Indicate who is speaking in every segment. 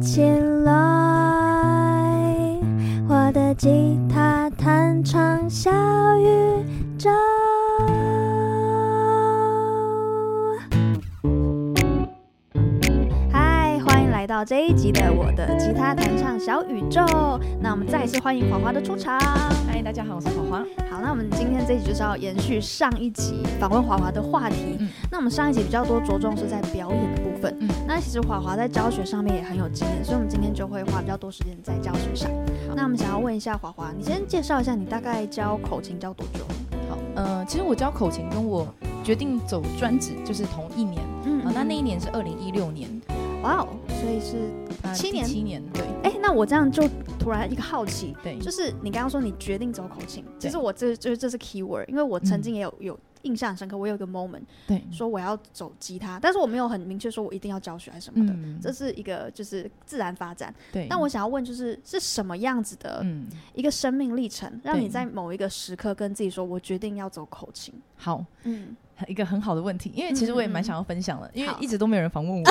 Speaker 1: 醒来，我的吉他弹唱小宇宙。嗨，欢迎来到这一集的我的吉他弹唱小宇宙。那我们再一次欢迎华华的出场。
Speaker 2: 嗨，大家好，我是黄黄。
Speaker 1: 好，那我们今天这一集就是要延续上一集访问华华的话题。
Speaker 2: 嗯
Speaker 1: 那我们上一集比较多着重是在表演的部分。
Speaker 2: 嗯
Speaker 1: 那其实华华在教学上面也很有经验，所以我们今天就会花比较多时间在教学上。
Speaker 2: 好
Speaker 1: 那我们想要问一下华华，你先介绍一下你大概教口琴教多久？
Speaker 2: 好，呃，其实我教口琴跟我决定走专职就是同一年，
Speaker 1: 嗯
Speaker 2: 啊、那那一年是二零一六年，
Speaker 1: 哇哦，所以是
Speaker 2: 啊
Speaker 1: 七
Speaker 2: 第
Speaker 1: 年
Speaker 2: 七年，对
Speaker 1: 哎，那我这样就突然一个好奇，
Speaker 2: 对，
Speaker 1: 就是你刚刚说你决定走口琴，其实我这就是这是 key word，因为我曾
Speaker 2: 嗯
Speaker 1: 经也有、有印象很深刻，我有一个 moment
Speaker 2: 对，
Speaker 1: 说我要走吉他，但是我没有很明确说我一定要教学还是什么的，
Speaker 2: 嗯，
Speaker 1: 这是一个就是自然发展。
Speaker 2: 对，
Speaker 1: 但我想要问，就是是什么样子的
Speaker 2: 嗯，
Speaker 1: 一个生命历程，让你
Speaker 2: 对
Speaker 1: 在某一个时刻跟自己说，我决定要走口琴。
Speaker 2: 好，
Speaker 1: 嗯，
Speaker 2: 一个很好的问题，因为其实我也蛮想要分享的，因为一直都没有人访 问我，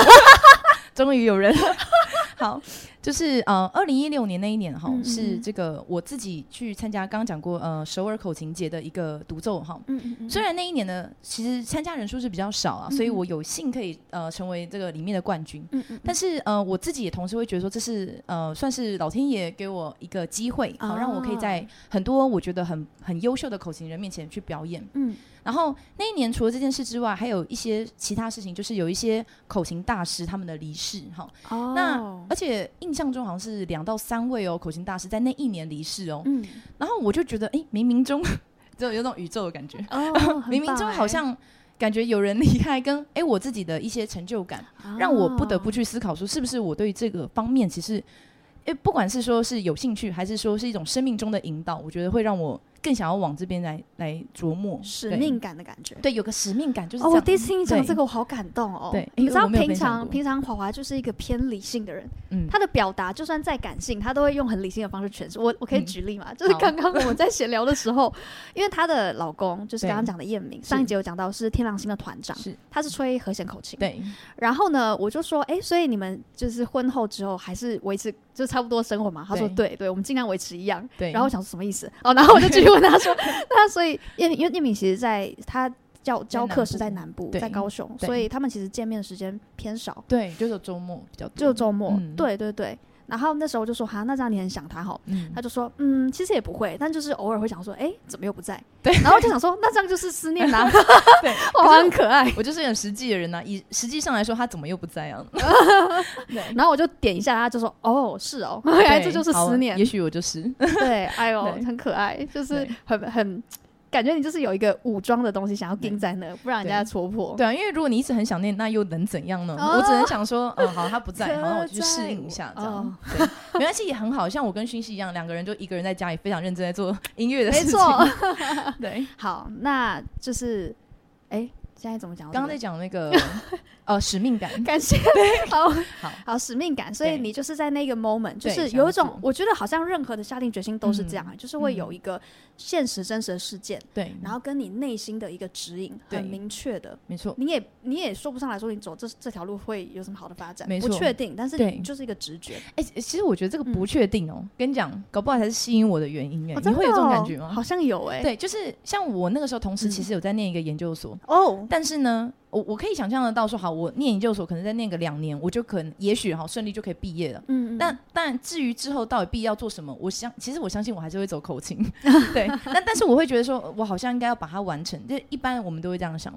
Speaker 2: 终于有人。 好，就是呃，二零一六年那一年哈，
Speaker 1: 嗯嗯嗯
Speaker 2: 是这个我自己去参加，刚刚讲过呃首尔口琴节的一个独奏哈，
Speaker 1: 嗯嗯嗯
Speaker 2: 虽然那一年呢，其实参加人数是比较少啊，
Speaker 1: 嗯
Speaker 2: 所以我有幸可以呃成为这个里面的冠军。
Speaker 1: 嗯嗯，
Speaker 2: 但是呃，我自己也同时会觉得说，这是呃算是老天爷给我一个机会，好、
Speaker 1: 哦
Speaker 2: 让我可以在很多我觉得很很优秀的口琴人面前去表演。
Speaker 1: 嗯
Speaker 2: 然后那一年除了这件事之外，还有一些其他事情，就是有一些口琴大师他们的离世哈、
Speaker 1: 哦，
Speaker 2: 那而且印象中好像是两到三位哦，口琴大师在那一年离世哦。
Speaker 1: 嗯
Speaker 2: 然后我就觉得，哎，冥冥中 就有种宇宙的感觉。
Speaker 1: 哦，
Speaker 2: 冥冥中好像感觉有人离开跟， 诶哎我自己的一些成就感，
Speaker 1: 啊
Speaker 2: 让我不得不去思考说，是不是我对这个方面其实，诶不管是说是有兴趣，还是说是一种生命中的引导，我觉得会让我更想要往这边来来琢磨
Speaker 1: 使
Speaker 2: 对
Speaker 1: 命感的感觉。
Speaker 2: 对，有个使命感，就是
Speaker 1: 哦，
Speaker 2: 这
Speaker 1: 我
Speaker 2: 样
Speaker 1: 第一次听你讲
Speaker 2: 对
Speaker 1: 这个，我好感动哦。
Speaker 2: 对
Speaker 1: 你知道
Speaker 2: 因为我没有
Speaker 1: 平
Speaker 2: 分享
Speaker 1: 常
Speaker 2: 过
Speaker 1: 平常华华就是一个偏理性的人，
Speaker 2: 嗯，
Speaker 1: 他的表达就算再感性，他都会用很理性的方式诠释。我我可以
Speaker 2: 嗯
Speaker 1: 举例嘛，就是
Speaker 2: 好
Speaker 1: 刚刚我们在闲聊的时候，因为她的老 公就是
Speaker 2: 对
Speaker 1: 刚刚讲的燕明，上一集有讲到是天狼星的团长，
Speaker 2: 是
Speaker 1: 他是吹和弦口琴。
Speaker 2: 对
Speaker 1: 然后呢，我就说，哎，所以你们就是婚后之后还是维持就差不多生活嘛？他说，
Speaker 2: 对
Speaker 1: 对对，我们尽量维持一样。
Speaker 2: 对，
Speaker 1: 然后我想说什么意思？哦，然后我就继续问他 说， 那所以因为因为叶敏其实在他教教课是在南部，
Speaker 2: 对
Speaker 1: 在高雄，
Speaker 2: 对
Speaker 1: 所以他们其实见面的时间偏少，
Speaker 2: 对，就是周末比较多
Speaker 1: 就周末。
Speaker 2: 嗯
Speaker 1: 对对对。然后那时候我就说，哈，那这样你很想他哈？
Speaker 2: 嗯
Speaker 1: 他就说，嗯，其实也不会，但就是偶尔会想说，哎，怎么又不在？
Speaker 2: 对
Speaker 1: 然后我就想说，那这样就是思念啊 啦、
Speaker 2: 对，
Speaker 1: 哇，很可爱。
Speaker 2: 我就是很实际的人呐、啊以实际上来说，他怎么又不在啊？对，
Speaker 1: 然后我就点一下，他就说，哦，是哦，原
Speaker 2: 啊
Speaker 1: 来这就是
Speaker 2: 好
Speaker 1: 思念
Speaker 2: 也。许我就是
Speaker 1: 对，哎呦，
Speaker 2: 对
Speaker 1: 很可爱，就是
Speaker 2: 对
Speaker 1: 很很。感觉你就是有一个武装的东西想要钉在那，不然人家戳破。
Speaker 2: 对啊，因为如果你一直很想念，那又能怎样呢？
Speaker 1: 哦
Speaker 2: 我只能想说，嗯，好，他不在，
Speaker 1: 可
Speaker 2: 好，那我就去
Speaker 1: 在
Speaker 2: 适应一下，
Speaker 1: 我
Speaker 2: 这样。
Speaker 1: 哦
Speaker 2: 对，没关系，也很好。像我跟勋熙一样，两个人就一个人在家里非常认真在 做音乐的
Speaker 1: 没
Speaker 2: 事 情。
Speaker 1: 错，
Speaker 2: 对，
Speaker 1: 好，那就是，哎、现在怎么讲到这
Speaker 2: 刚
Speaker 1: 个？
Speaker 2: 刚在讲那 个呃使命感，
Speaker 1: 感谢，好
Speaker 2: 好
Speaker 1: 好使命感，所以
Speaker 2: 对
Speaker 1: 你就是在那个 moment，就
Speaker 2: 对
Speaker 1: 是
Speaker 2: 想
Speaker 1: 有一
Speaker 2: 要
Speaker 1: 种
Speaker 2: 做，
Speaker 1: 我觉得好像任何的下定决心都是这样啊，
Speaker 2: 嗯
Speaker 1: 就是会有一个现实真实的事件，
Speaker 2: 对，
Speaker 1: 然后跟你内心的一个指引，
Speaker 2: 对
Speaker 1: 很明确的。
Speaker 2: 没错，
Speaker 1: 你也你也说不上来说你走这这条路会有什么好的发展，
Speaker 2: 没
Speaker 1: 不
Speaker 2: 错
Speaker 1: 确定，但是
Speaker 2: 对
Speaker 1: 就是一个直觉。
Speaker 2: 哎、其其实我觉得这
Speaker 1: 嗯
Speaker 2: 个不确定哦、跟你讲，搞不好才是吸引我的原因哎、
Speaker 1: 哦
Speaker 2: 你
Speaker 1: 真
Speaker 2: 会
Speaker 1: 的
Speaker 2: 有这种
Speaker 1: 哦
Speaker 2: 感觉吗？
Speaker 1: 好嗯像有哎、
Speaker 2: 对，就是像我那个时候，同时其实有在念一个研究所，
Speaker 1: 哦，
Speaker 2: 但是呢，我我可以想象得到说，好，我念研究所可能再念个两年，我就可能也许哈顺利就可以毕业了。
Speaker 1: 嗯，
Speaker 2: 那但至于之后到底必要做什么，我相其实我相信我还是会走 口琴，对。那但是我会觉得说，呃我好像应该要把它完成，就一般我们都会这样想。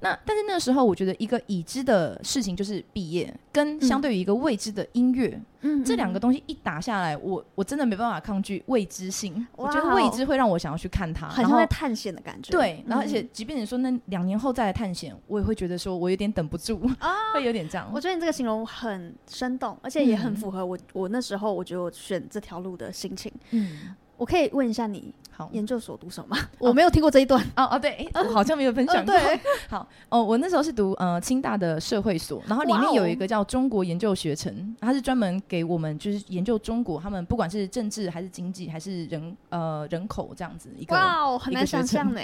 Speaker 2: 那但是那个时候，我觉得一个已知的事情就是毕业，跟相对于一个未知的音乐、
Speaker 1: 嗯
Speaker 2: 这两个东西一打下来，我我真的没办法抗拒未知性。我觉
Speaker 1: 哇哦
Speaker 2: 得未知会让我想要去看它，
Speaker 1: 很
Speaker 2: 然
Speaker 1: 像
Speaker 2: 后
Speaker 1: 在探险的感觉。
Speaker 2: 对，然后而
Speaker 1: 嗯
Speaker 2: 且即便你说那两年后再来探险，我也会觉得说我有点等不住，会有点这样
Speaker 1: 我。觉得你这个形容很生动，而且也很
Speaker 2: 嗯
Speaker 1: 符合我、我那时候我觉得我选这条路的心情。
Speaker 2: 嗯，
Speaker 1: 我可以问一下你
Speaker 2: 好，
Speaker 1: 研究所读什么吗？我没有听过这一段。
Speaker 2: 哦哦对，诶我好像没有分享
Speaker 1: 嗯
Speaker 2: 过。
Speaker 1: 对，
Speaker 2: 好哦，我那时候是读呃清大的社会所，然后里
Speaker 1: 哇哦
Speaker 2: 面有一个叫中国研究学程，它是专门给我们就是研究中国他们不管是政治还是经济还是人呃人口这样子一 个
Speaker 1: 哇哦，很难想象呢。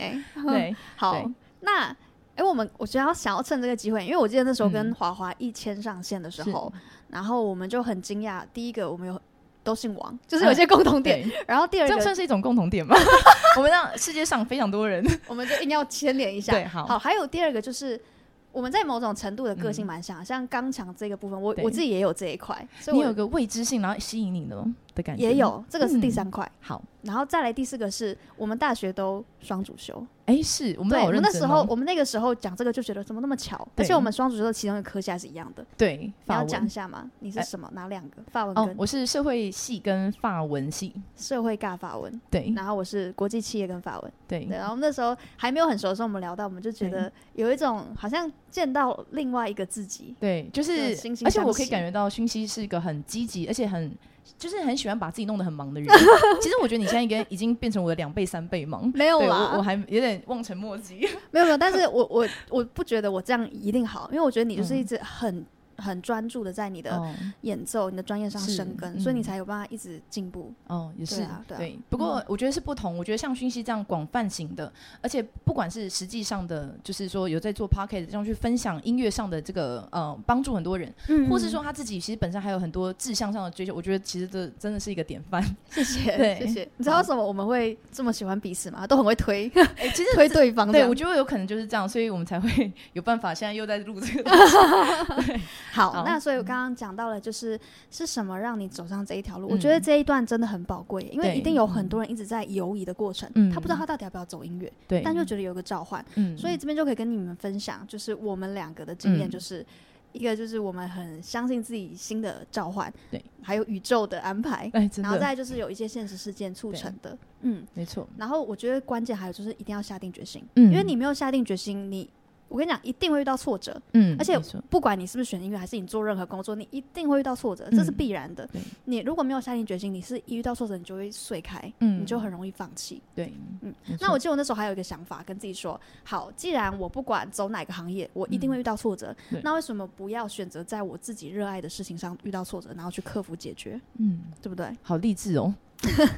Speaker 2: 对
Speaker 1: 好
Speaker 2: 对，
Speaker 1: 那哎、我们我觉得要想要趁这个机会，因为我记得那时候
Speaker 2: 嗯
Speaker 1: 跟华华一签上线的时候，然后我们就很惊讶，第一个我们有都姓王，就是有一些共同点，
Speaker 2: 哎对，
Speaker 1: 然后第
Speaker 2: 这
Speaker 1: 二
Speaker 2: 样
Speaker 1: 个
Speaker 2: 算是一种共同点吗？ 我们让世界上非常多人，
Speaker 1: 我们就硬要牵连一下。
Speaker 2: 对，好，
Speaker 1: 啊好，还有第二个就是。我们在某种程度的个性蛮像，像刚强这个部分，我
Speaker 2: 嗯对
Speaker 1: 我自己也有这一块，所以
Speaker 2: 你
Speaker 1: 我
Speaker 2: 有一个未知性，然后吸引你的的感觉，
Speaker 1: 也有这个是第
Speaker 2: 嗯
Speaker 1: 三块，
Speaker 2: 好。
Speaker 1: 然后再来第四个是我们大学都双主修，
Speaker 2: 哎，是我们
Speaker 1: 对，
Speaker 2: 好
Speaker 1: 我
Speaker 2: 认
Speaker 1: 们
Speaker 2: 真
Speaker 1: 那时
Speaker 2: 哦
Speaker 1: 候我们那个时候讲这个就觉得怎么那么巧，而
Speaker 2: 对
Speaker 1: 且我们双主修的其中一个科系还是一样的，
Speaker 2: 对
Speaker 1: 你
Speaker 2: 法
Speaker 1: 要讲一
Speaker 2: 文
Speaker 1: 下吗？你是
Speaker 2: 哎
Speaker 1: 什么？哪两个？法文
Speaker 2: 哦，
Speaker 1: 跟
Speaker 2: 我是社会系跟法文系，
Speaker 1: 社会尬法文，
Speaker 2: 对
Speaker 1: 然后我是国际企业跟法文。
Speaker 2: 对
Speaker 1: 对，然后我们那时候还没有很熟的时候，我们聊到，我们就觉得有一种好像见到另外一个自己。
Speaker 2: 对，
Speaker 1: 就
Speaker 2: 就
Speaker 1: 是惺惺
Speaker 2: 而且
Speaker 1: 相
Speaker 2: 我可以
Speaker 1: 惜
Speaker 2: 感觉到勋熙是一个很积极，而且很就是很喜欢把自己弄得很忙 的人。其实我觉得你现在应该已经变成我的两倍三倍 忙。
Speaker 1: 没有
Speaker 2: 对我我
Speaker 1: 啦，
Speaker 2: 还有点望尘莫 及。
Speaker 1: 没有没有，但是我我我不觉得我这样一定好，因为我觉得你就是
Speaker 2: 嗯
Speaker 1: 一直很很专注的在你的
Speaker 2: 哦
Speaker 1: 演奏、你的专业上
Speaker 2: 是
Speaker 1: 生根，所以你
Speaker 2: 嗯
Speaker 1: 才有办法一直进步。
Speaker 2: 哦，也是
Speaker 1: 对啊对啊
Speaker 2: 不过我觉得是不同。我觉得像讯息这样广泛型的，而且不管是实际上的，就是说有在做 p o c k e t 这样去分享音乐上的这个呃帮助很多人，
Speaker 1: 嗯
Speaker 2: 或是说他自己其实本身还有很多志向上的追求。我觉得其实这真的是一个典范。
Speaker 1: 谢谢，
Speaker 2: 对
Speaker 1: 谢谢。你知道为什么我们会这么喜欢彼此吗？都很会推
Speaker 2: 哎、其 实
Speaker 1: 推对方啊这
Speaker 2: 对，
Speaker 1: 样。
Speaker 2: 我觉得有可能就是这样，所以我们才会 有办法。现在又在录 这个东西，
Speaker 1: 好
Speaker 2: 好，嗯
Speaker 1: 那所以我刚刚讲到了，就是是什么让你走上这一条路？我觉得这一段真的很宝贵，因为
Speaker 2: 嗯对
Speaker 1: 一定有很多人一直在犹疑的过程，
Speaker 2: 嗯
Speaker 1: 他不知道他到底要不要走音乐，
Speaker 2: 对
Speaker 1: 但就觉得有个召唤，
Speaker 2: 嗯
Speaker 1: 所以这边就可以跟你们分享，就是我们两个的经验，
Speaker 2: 嗯
Speaker 1: 就是。一个就是我们很相信自己心的召唤，
Speaker 2: 对，
Speaker 1: 还有宇宙的安排，
Speaker 2: 哎，真
Speaker 1: 然后
Speaker 2: 的
Speaker 1: 再来就是有一些现实事件促
Speaker 2: 对
Speaker 1: 成的，嗯，
Speaker 2: 没错，
Speaker 1: 然后我觉得关键还有就是一定要下定决心，
Speaker 2: 嗯
Speaker 1: 因为你没有下定决心，你我跟你讲一定会遇到挫折，
Speaker 2: 嗯，
Speaker 1: 而且
Speaker 2: 没错
Speaker 1: 不管你是不是选音乐还是你做任何工作，你一定会遇到挫折，
Speaker 2: 嗯
Speaker 1: 这是必然的。
Speaker 2: 对
Speaker 1: 你如果没有下定决心，你是一遇到挫折你就会碎开，
Speaker 2: 嗯
Speaker 1: 你就很容易放弃。
Speaker 2: 对，
Speaker 1: 嗯
Speaker 2: 没错，
Speaker 1: 那我记得我那时候还有一个想法，跟自己说：好，既然我不管走哪个行业，我一定会遇到挫折，
Speaker 2: 嗯对
Speaker 1: 那为什么不要选择在我自己热爱的事情上遇到挫折，然后去克服解决，
Speaker 2: 嗯，
Speaker 1: 对不对？啊、
Speaker 2: 好励志 哦，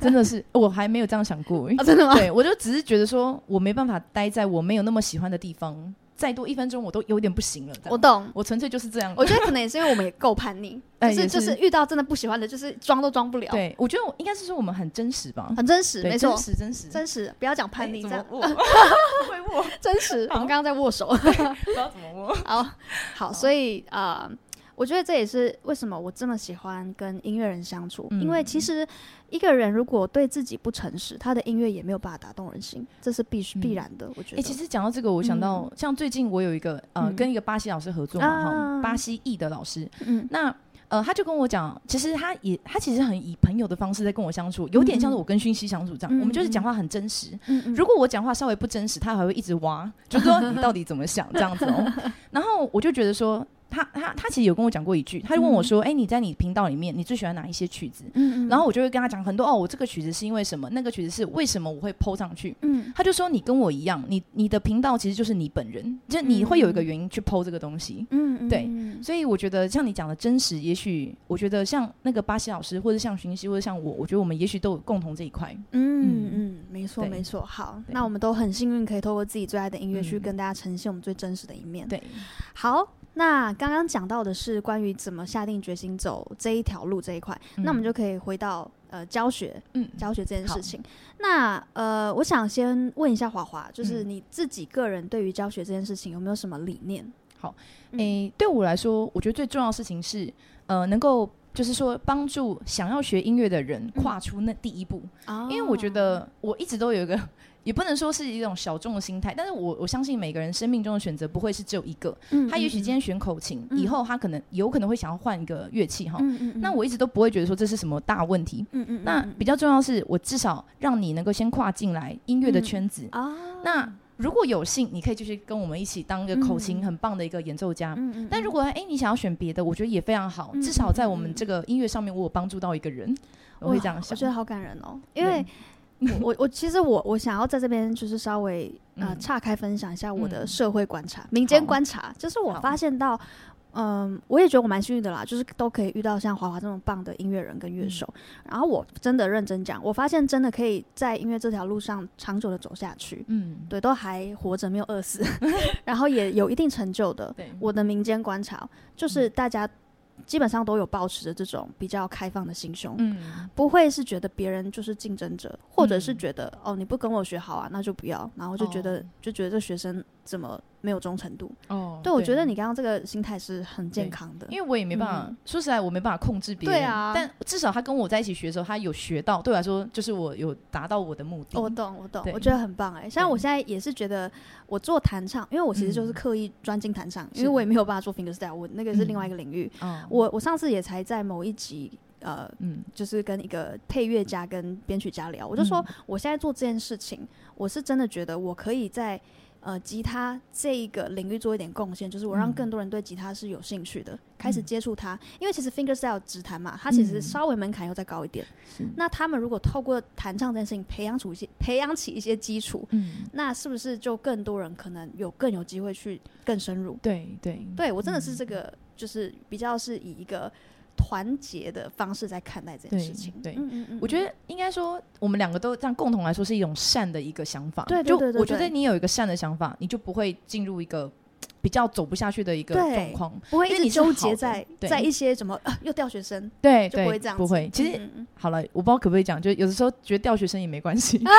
Speaker 2: 真的是，我还没有这样想过。哎
Speaker 1: 啊真的吗？
Speaker 2: 对，我就只是觉得说，我没办法待在我没有那么喜欢的地方，再多一分钟我都有点不行了。这样
Speaker 1: 我懂，
Speaker 2: 我纯粹就是这样。
Speaker 1: 我觉得可能也是因为我们也够叛逆，就
Speaker 2: 哎
Speaker 1: 是
Speaker 2: 也
Speaker 1: 就是是遇到真的不喜欢的，就是装都装不了，，
Speaker 2: 对，我觉得我应该是说我们很真实吧，
Speaker 1: 很真实，
Speaker 2: 对
Speaker 1: 没错
Speaker 2: 真，实真实
Speaker 1: 真实，不要讲
Speaker 2: 哎
Speaker 1: 叛逆这
Speaker 2: 怎么
Speaker 1: 样，
Speaker 2: 握？ 不会握，
Speaker 1: 真实。我
Speaker 2: 好
Speaker 1: 们刚刚在握 手，
Speaker 2: 不知道怎么握。
Speaker 1: 好好，所以啊。呃我觉得这也是为什么我这么喜欢跟音乐人相处，因为
Speaker 2: 嗯
Speaker 1: 其实一个人如果对自己不诚实，他的音乐也没有办法打动人心，这是必须
Speaker 2: 嗯
Speaker 1: 必然的。我觉
Speaker 2: 哎、
Speaker 1: 得，
Speaker 2: 其实讲到这个，我想到、像最近我有一个呃，
Speaker 1: 嗯
Speaker 2: 跟一个巴西老师合作嘛，哈、
Speaker 1: 啊
Speaker 2: 巴西裔的老师，
Speaker 1: 嗯，
Speaker 2: 那呃，他就跟我讲，其实他也他其实很以朋友的方式在跟我相处，有点像是我跟勋熙相处这样，
Speaker 1: 嗯
Speaker 2: 我们就是讲话很真实。
Speaker 1: 嗯嗯
Speaker 2: 如果我讲话稍微不真实，他还会一直挖，就说你到底怎么想这样子哦。 然后我就觉得说，他他他其实有跟我讲过一句，他就问我说，哎、你在你频道里面，你最喜欢哪一些曲子？
Speaker 1: 嗯嗯嗯，
Speaker 2: 然后我就会跟他讲很多哦，我这个曲子是因为什么，那个曲子是为什么我会 PO 上去。
Speaker 1: 嗯
Speaker 2: 他就说你跟我一样，你你的频道其实就是你本人，就你会有一个原因去剖这个东西。
Speaker 1: 嗯嗯，
Speaker 2: 对
Speaker 1: 嗯
Speaker 2: 所以我觉得像你讲的真实，也许我觉得像那个巴西老师，或者像荀熙，或者像我，我觉得我们也许都有共同这一块。
Speaker 1: 嗯
Speaker 2: 嗯
Speaker 1: 嗯，没错
Speaker 2: 对
Speaker 1: 没错。好，
Speaker 2: 对
Speaker 1: 那我们都很幸运可以透过自己最爱的音乐去
Speaker 2: 嗯
Speaker 1: 跟大家呈现我们最真实的一面。
Speaker 2: 对，
Speaker 1: 好，那刚刚讲到的是关于怎么下定决心走这一条路这一块，那我们
Speaker 2: 嗯
Speaker 1: 就可以回到呃教学
Speaker 2: 嗯，
Speaker 1: 教学这件事
Speaker 2: 好
Speaker 1: 情。那呃，我想先问一下华华，就是
Speaker 2: 嗯
Speaker 1: 你自己个人对于教学这件事情有没有什么理念？嗯
Speaker 2: 诶、对我来说，我觉得最重要的事情是，呃，能够就是说帮助想要学音乐的人
Speaker 1: 嗯
Speaker 2: 跨出那第一步。
Speaker 1: 啊
Speaker 2: 因为我觉得我一直都有一个， 也不能说是一种小众的心态，但是我我相信每个人生命中的选择不会是只有一个。他也许今天选口琴，
Speaker 1: 嗯
Speaker 2: 以后他可能有可能会想要换一个乐器哈。
Speaker 1: 嗯嗯嗯
Speaker 2: 那我一直都不会觉得说这是什么大问题。
Speaker 1: 嗯嗯
Speaker 2: 那比较重要的是，我至少让你能够先跨进来
Speaker 1: 嗯
Speaker 2: 音乐的圈子。
Speaker 1: 啊
Speaker 2: 那如果有幸，你可以就是跟我们一起当一个口琴
Speaker 1: 嗯
Speaker 2: 很棒的一个演奏家。
Speaker 1: 嗯嗯
Speaker 2: 但如果哎、你想要选别的，我觉得也非常好，
Speaker 1: 嗯
Speaker 2: 至少在我
Speaker 1: 嗯嗯
Speaker 2: 们
Speaker 1: 嗯
Speaker 2: 这个音乐上面，我有帮助到一个人，我会这样
Speaker 1: 哇我
Speaker 2: 想
Speaker 1: 觉。得好感人哦，因
Speaker 2: 对
Speaker 1: 为我我 我其实我我想要在这边就是稍微呃
Speaker 2: 嗯
Speaker 1: 岔开分享一下我的
Speaker 2: 嗯
Speaker 1: 社会观察、民间
Speaker 2: 好
Speaker 1: 观察，就是我
Speaker 2: 好
Speaker 1: 发现到。嗯，我也觉得我蛮幸运的啦，就是都可以遇到像华华这种棒的音乐人跟乐手。
Speaker 2: 嗯
Speaker 1: 然后我真的认真讲，我发现真的可以在音乐这条路上长久的走下去，
Speaker 2: 嗯，
Speaker 1: 对，都还活着没有饿 死，然后也有一定成就的。
Speaker 2: 对，嗯
Speaker 1: 我的民间观察就是大家基本上都有保持着这种比较开放的心胸，
Speaker 2: 嗯，
Speaker 1: 不会是觉得别人就是竞争者，或者是
Speaker 2: 嗯
Speaker 1: 觉得、哦你不跟我学好啊，那就不要，然后就觉得、
Speaker 2: 哦
Speaker 1: 就觉得这学生怎么没有忠诚度？
Speaker 2: 哦，
Speaker 1: 对，我觉得你刚刚这个心态是很健康的，
Speaker 2: 因为我也没办法，
Speaker 1: 嗯
Speaker 2: 说实在，我没办法控制别人。
Speaker 1: 对啊
Speaker 2: 但至少他跟我在一起学的时候，他有学到，对我来说，就是我有达到我的目的。
Speaker 1: 我懂，我懂
Speaker 2: 对，
Speaker 1: 我觉得很棒哎、像我现在也是觉得，我做弹唱，因为我其实就是
Speaker 2: 嗯
Speaker 1: 刻意专精弹唱，因为
Speaker 2: 是
Speaker 1: 我也没有办法做 fingerstyle，我那个是另外一个领域。
Speaker 2: 哦，
Speaker 1: 我我上次也才在某一集，呃，
Speaker 2: 嗯，
Speaker 1: 就是跟一个配乐家跟编曲家聊，我就说我现在做这件事情，我是真的觉得我可以在呃吉他这一个领域做一点贡献，就是我让
Speaker 2: 嗯
Speaker 1: 更多人对吉他是有兴趣的，开始
Speaker 2: 嗯
Speaker 1: 接触它。因为其实 fingerstyle 直弹嘛，它其实
Speaker 2: 嗯
Speaker 1: 稍微门槛又再高一点。那他们如果透过弹唱这件事情培养出一些培养起一些基础，
Speaker 2: 嗯，
Speaker 1: 那是不是就更多人可能有更有机会去更深入？
Speaker 2: 对对
Speaker 1: 对我真的是
Speaker 2: 嗯
Speaker 1: 这个，就是比较是以一个团结的方式在看待这件
Speaker 2: 对
Speaker 1: 事情。
Speaker 2: 对
Speaker 1: 嗯嗯嗯
Speaker 2: 我觉得应该说，我们两个都这样共同来说是一种善的一个想法。
Speaker 1: 对对对
Speaker 2: 就
Speaker 1: 对
Speaker 2: 我觉得
Speaker 1: 对
Speaker 2: 你有一个善的想法，你就不会进入一个比较走不下去的一个
Speaker 1: 对
Speaker 2: 状况。
Speaker 1: 不会
Speaker 2: 因
Speaker 1: 一
Speaker 2: 为你
Speaker 1: 直
Speaker 2: 是好
Speaker 1: 纠
Speaker 2: 的
Speaker 1: 结在
Speaker 2: 对
Speaker 1: 在一些什么、啊、又掉学生，
Speaker 2: 对
Speaker 1: 就不
Speaker 2: 对
Speaker 1: 会这，样子。
Speaker 2: 不会。其实
Speaker 1: 嗯嗯
Speaker 2: 好了，我不知道可不可以讲，就有的时候觉得掉学生也没 关系，因为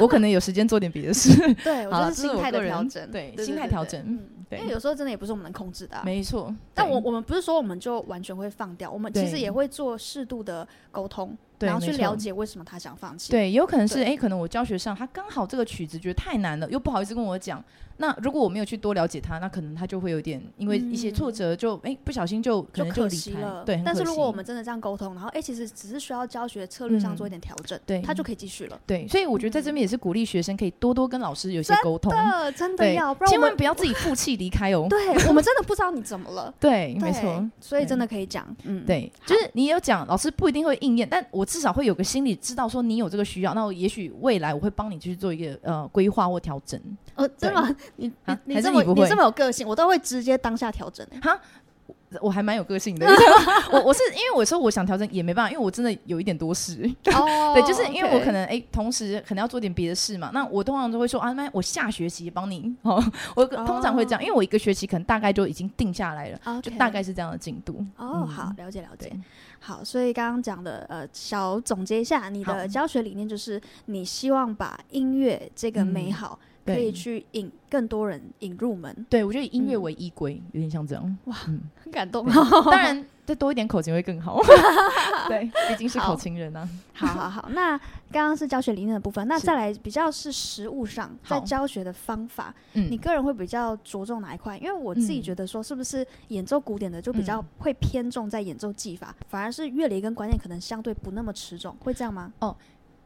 Speaker 2: 我可能有时间做点别的事。
Speaker 1: 嗯对我
Speaker 2: 好
Speaker 1: 觉
Speaker 2: 了
Speaker 1: 得
Speaker 2: 这是
Speaker 1: 心
Speaker 2: 我
Speaker 1: 态
Speaker 2: 个
Speaker 1: 的调
Speaker 2: 人
Speaker 1: 整，
Speaker 2: 对
Speaker 1: 对
Speaker 2: 心态
Speaker 1: 对
Speaker 2: 调
Speaker 1: 对
Speaker 2: 整
Speaker 1: 嗯
Speaker 2: 对
Speaker 1: 因为有时候真的也不是我们能控制的啊。
Speaker 2: 没错，
Speaker 1: 但
Speaker 2: 对
Speaker 1: 我我们不是说我们就完全会放掉，我们其实
Speaker 2: 对
Speaker 1: 也会做适度的沟通，
Speaker 2: 对
Speaker 1: 然后去
Speaker 2: 没错
Speaker 1: 了解为什么他想放弃。
Speaker 2: 对，有可能是
Speaker 1: 对
Speaker 2: 哎，可能我教学上他刚好这个曲子觉得太难了，又不好意思跟我讲。那如果我没有去多了解他，那可能他就会有点因为一些挫
Speaker 1: 嗯
Speaker 2: 折就哎、不小心就可
Speaker 1: 就
Speaker 2: 能
Speaker 1: 可
Speaker 2: 离
Speaker 1: 惜
Speaker 2: 开
Speaker 1: 了，
Speaker 2: 对，很
Speaker 1: 但
Speaker 2: 可
Speaker 1: 是如果
Speaker 2: 惜嗯
Speaker 1: 我们真的这样沟通，然后哎、诶其实只是需要教学策略上做一点调整，
Speaker 2: 对
Speaker 1: 他就可以继续了。
Speaker 2: 对，所以我觉得在这边也是鼓励学生可以多多跟老师有一些沟通，
Speaker 1: 呃，嗯真的
Speaker 2: 对
Speaker 1: 要，不然
Speaker 2: 千
Speaker 1: 我
Speaker 2: 万
Speaker 1: 们
Speaker 2: 不要自己负气离开哦。
Speaker 1: 对我们真的不知道你怎么了。
Speaker 2: 对， 没
Speaker 1: 对
Speaker 2: 错，，
Speaker 1: 所以
Speaker 2: 对
Speaker 1: 真的可以讲，嗯，
Speaker 2: 对，就是你有讲，老师不一定会应验，但我至少会有个心理知道说你有这个需要，那我也许未来我会帮你去做一个呃规划或调整。
Speaker 1: 呃，真 的吗，你
Speaker 2: 啊
Speaker 1: 你你
Speaker 2: 还是
Speaker 1: 这么
Speaker 2: 你不会
Speaker 1: 这么有个性，我都会直接当下 调整欸。
Speaker 2: 哈，我我还蛮有个性的，我 我是因为我说我想调整也没办法，因为我真的有一点多事。
Speaker 1: 哦
Speaker 2: 对，就是因为我
Speaker 1: OK
Speaker 2: 可能哎、同时可能要做点别的事嘛，那我通常都会说啊，那我下学期帮你 哦，我通常会这样，
Speaker 1: 哦
Speaker 2: 因为我一个学期可能大概就已经定下来了。就
Speaker 1: OK
Speaker 2: 大概是这样的进度。
Speaker 1: 哦，
Speaker 2: 嗯
Speaker 1: 好，，了解了解
Speaker 2: 对。，
Speaker 1: 好，所以刚刚讲的，呃，小总结一下，你
Speaker 2: 好
Speaker 1: 的教学理念就是你希望把音乐这个美
Speaker 2: 嗯
Speaker 1: 好
Speaker 2: 对
Speaker 1: 可以去引更多人引入门，
Speaker 2: 对我觉得以音乐
Speaker 1: 嗯
Speaker 2: 为依归，有点像 这样。
Speaker 1: 哇
Speaker 2: 嗯，
Speaker 1: 很感动。
Speaker 2: 对当然再多一点口琴会更好。 对，毕竟是口
Speaker 1: 好
Speaker 2: 琴人啊。
Speaker 1: 好好好，那刚刚是教学理念的部分，那
Speaker 2: 是
Speaker 1: 再来比较是实务上，在
Speaker 2: 好
Speaker 1: 教学的方法，
Speaker 2: 嗯，
Speaker 1: 你个人会比较着重哪一块？因为我自己
Speaker 2: 嗯
Speaker 1: 觉得说，是不是演奏古典的就比较
Speaker 2: 嗯
Speaker 1: 会偏重在演奏技法，反而是乐理跟观念可能相对不那么持重，会这样吗？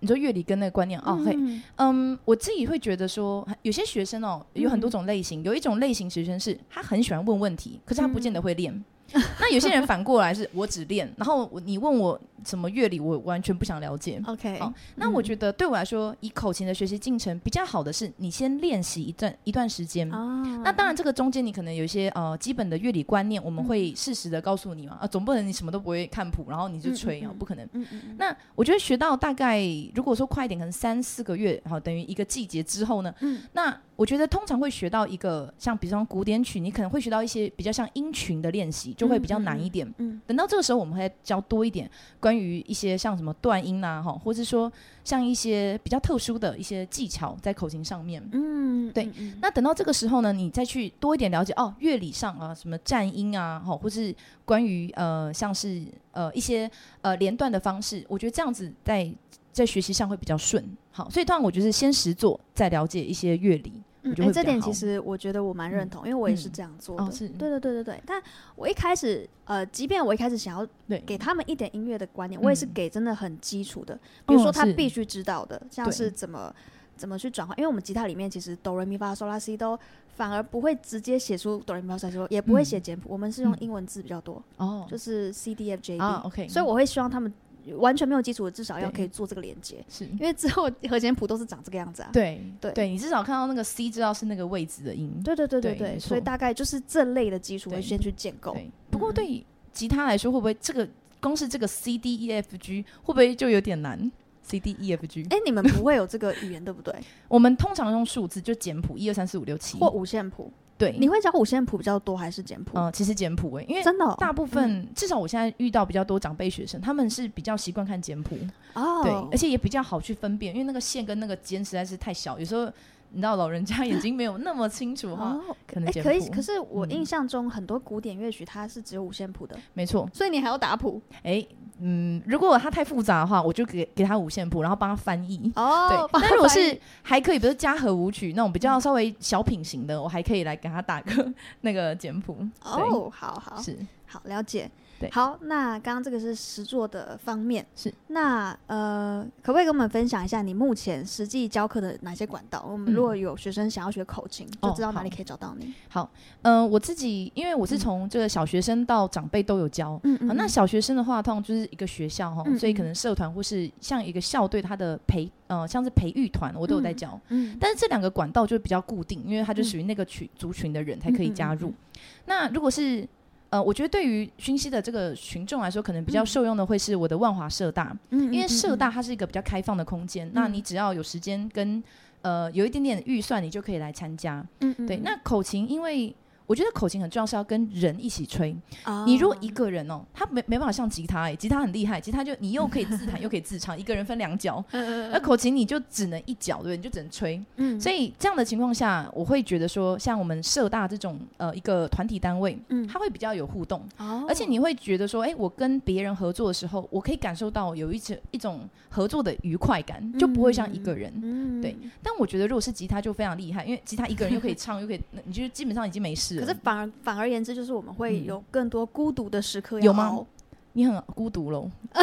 Speaker 2: 你说乐理跟那个观念哦，嘿，
Speaker 1: 嗯
Speaker 2: 嗯，我自己会觉得说，有些学生哦，有很
Speaker 1: 嗯
Speaker 2: 多种类型，有一种类型学生是他很喜欢问问题，可是他不见
Speaker 1: 嗯
Speaker 2: 得会练。那有些人反过来是我只练，然后我你问我什么乐理，我完全不想了解。
Speaker 1: ，OK，
Speaker 2: 嗯好那我觉得对我来说，以口琴的学习进程比较好的是，你先练习一段一段时间。
Speaker 1: 啊
Speaker 2: 嗯那当然，这个中间你可能有一些呃基本的乐理观念，我们
Speaker 1: 嗯
Speaker 2: 会适时的告诉你嘛。啊，总不能你什么都不会看谱，然后你就
Speaker 1: 嗯嗯
Speaker 2: 吹啊，
Speaker 1: 嗯
Speaker 2: 不可能。
Speaker 1: 嗯嗯嗯
Speaker 2: 那我觉得学到大概，如果说快一点，可能三四个月，好，等于一个季节之后呢，
Speaker 1: 嗯
Speaker 2: 那我觉得通常会学到一个像，比方古典曲，你可能会学到一些比较像音群的练习，就会比较难一点。
Speaker 1: 嗯
Speaker 2: 等到这个时候，我们会教多一点关于一些像什么断音啊，哈，或是说像一些比较特殊的一些技巧在口琴上面。
Speaker 1: 嗯，
Speaker 2: 对
Speaker 1: 嗯，嗯
Speaker 2: 那等到这个时候呢，你再去多一点了解哦，乐理上啊，什么战音啊，哈，或是关于呃，像是呃一些呃连段的方式，我觉得这样子在在学习上会比较顺。好，所以通常我觉得是先实做，再了解一些乐理。
Speaker 1: 嗯
Speaker 2: 我觉得会
Speaker 1: 哎这
Speaker 2: 比较
Speaker 1: 点
Speaker 2: 好
Speaker 1: 其实我觉得我蛮认同，因为我也是
Speaker 2: 嗯
Speaker 1: 这样做
Speaker 2: 哦
Speaker 1: 的。
Speaker 2: 是
Speaker 1: 对对对对对。但我一开始，呃，即便我一开始想要
Speaker 2: 对，
Speaker 1: 给他们一点音乐的观念，我也是
Speaker 2: 嗯哦
Speaker 1: 给真的很基础的，比如说他
Speaker 2: 是
Speaker 1: 必须知道的，像
Speaker 2: 对
Speaker 1: 是怎么怎么去转换，因为我们吉他里面其实哆来咪发嗦拉西都反而不会直接写出哆来咪发嗦拉西哆，也不会写简谱，我们是用
Speaker 2: 嗯
Speaker 1: 英文字比较多，
Speaker 2: 哦，
Speaker 1: 就是 C D F J
Speaker 2: 啊
Speaker 1: B，
Speaker 2: ，OK，
Speaker 1: 所以我会希望他们完全没有基础的，至少要
Speaker 2: 对
Speaker 1: 可以做这个连接，
Speaker 2: 是
Speaker 1: 因为之后和弦谱都是长这个样子啊。
Speaker 2: 对
Speaker 1: 对
Speaker 2: 对，你至少看到那个 C 知道是那个位置的音。
Speaker 1: 对对对对
Speaker 2: 对没错
Speaker 1: 所以大概就是这类的基础会
Speaker 2: 对
Speaker 1: 先去建构。
Speaker 2: 对，不过
Speaker 1: 嗯
Speaker 2: 对吉他来说，会不会这个光是这个 C D E F G 会不会就有点难？C D E F G，
Speaker 1: 哎，你们不会有这个语言对不 对？
Speaker 2: 我们通常用数字就简谱一二三四五六七，
Speaker 1: 或五线谱，
Speaker 2: 对，
Speaker 1: 你会教五线谱比较多还是简谱？
Speaker 2: 呃，其实简谱诶，因为
Speaker 1: 真的哦
Speaker 2: 大部分、至少我现在遇到比较多长辈学生，他们是比较习惯看简谱，
Speaker 1: 哦，
Speaker 2: 对，而且也比较好去分辨，因为那个线跟那个尖实在是太小，有时候你知道老人家眼睛没有那么清楚的话，
Speaker 1: 哦，
Speaker 2: 可能
Speaker 1: 哎，
Speaker 2: 简
Speaker 1: 可以，
Speaker 2: 谱
Speaker 1: 可是我
Speaker 2: 嗯
Speaker 1: 印象中很多古典乐曲它是只有五线谱的，
Speaker 2: 没错，
Speaker 1: 所以你还要打谱
Speaker 2: 诶，嗯，如果它太复杂的话，我就给给他五线谱，然后帮他翻译。
Speaker 1: 哦
Speaker 2: 对，。但如果是还可以，比如家和舞曲那种比较稍微小品型的，我还可以来给他打个 那个简谱。
Speaker 1: 哦，好好
Speaker 2: 对，是
Speaker 1: 好了解
Speaker 2: 对。
Speaker 1: 好，那刚刚这个是实作的方面，
Speaker 2: 是
Speaker 1: 那呃，可不可以跟我们分享一下你目前实际教课的哪些管道？我们
Speaker 2: 嗯
Speaker 1: 如果有学生想要学口琴，就
Speaker 2: 哦
Speaker 1: 知道哪
Speaker 2: 好
Speaker 1: 里可以找到你。
Speaker 2: 嗯、我自己因为我是
Speaker 1: 嗯
Speaker 2: 从这个小学生到长辈都有教，
Speaker 1: 嗯
Speaker 2: 好，那小学生的话，通常就是一个学校哈，
Speaker 1: 嗯
Speaker 2: 所以
Speaker 1: 嗯
Speaker 2: 可能社团或是像一个校队，它的培呃像是培育团，我都有在教。
Speaker 1: 嗯
Speaker 2: 但是这两个管道就比较固定，因为它就
Speaker 1: 嗯
Speaker 2: 属于那个群族群的人才可以加入。
Speaker 1: 嗯嗯
Speaker 2: 那如果是呃，我觉得对于熏西的这个群众来说，可能比较
Speaker 1: 嗯
Speaker 2: 受用的会是我的万华社大，
Speaker 1: 嗯
Speaker 2: 因为社大它是一个比较开放的空间，那你只要有时间跟呃有一点点预算，你就可以来参加。
Speaker 1: 嗯嗯
Speaker 2: 对，
Speaker 1: 嗯
Speaker 2: 那口琴因为。我觉得口琴很重要，是要跟人一起吹。
Speaker 1: 哦
Speaker 2: 你如果一个人哦，他没没办法像吉他、欸，吉他很厉害，吉他就你又可以自弹又可以自唱，一个人分 两脚。而口琴你就只能一脚，对不对？你就只能吹。
Speaker 1: 嗯
Speaker 2: 所以这样的情况下，我会觉得说，像我们社大这种呃一个团体单位，
Speaker 1: 嗯
Speaker 2: 它会比较有互动，
Speaker 1: 哦
Speaker 2: 而且你会觉得说，哎、我跟别人合作的时候，我可以感受到有一种一种合作的愉快感，就不会像一个人。
Speaker 1: 嗯
Speaker 2: 对但我觉得如果是吉他就非常厉害，因为吉他一个人又可以唱又可以，你就基本上已经没事了。
Speaker 1: 可是反而反而言之，就是我们会
Speaker 2: 嗯
Speaker 1: 有更多孤独的时刻要
Speaker 2: 有吗
Speaker 1: 熬
Speaker 2: 你很孤独喽，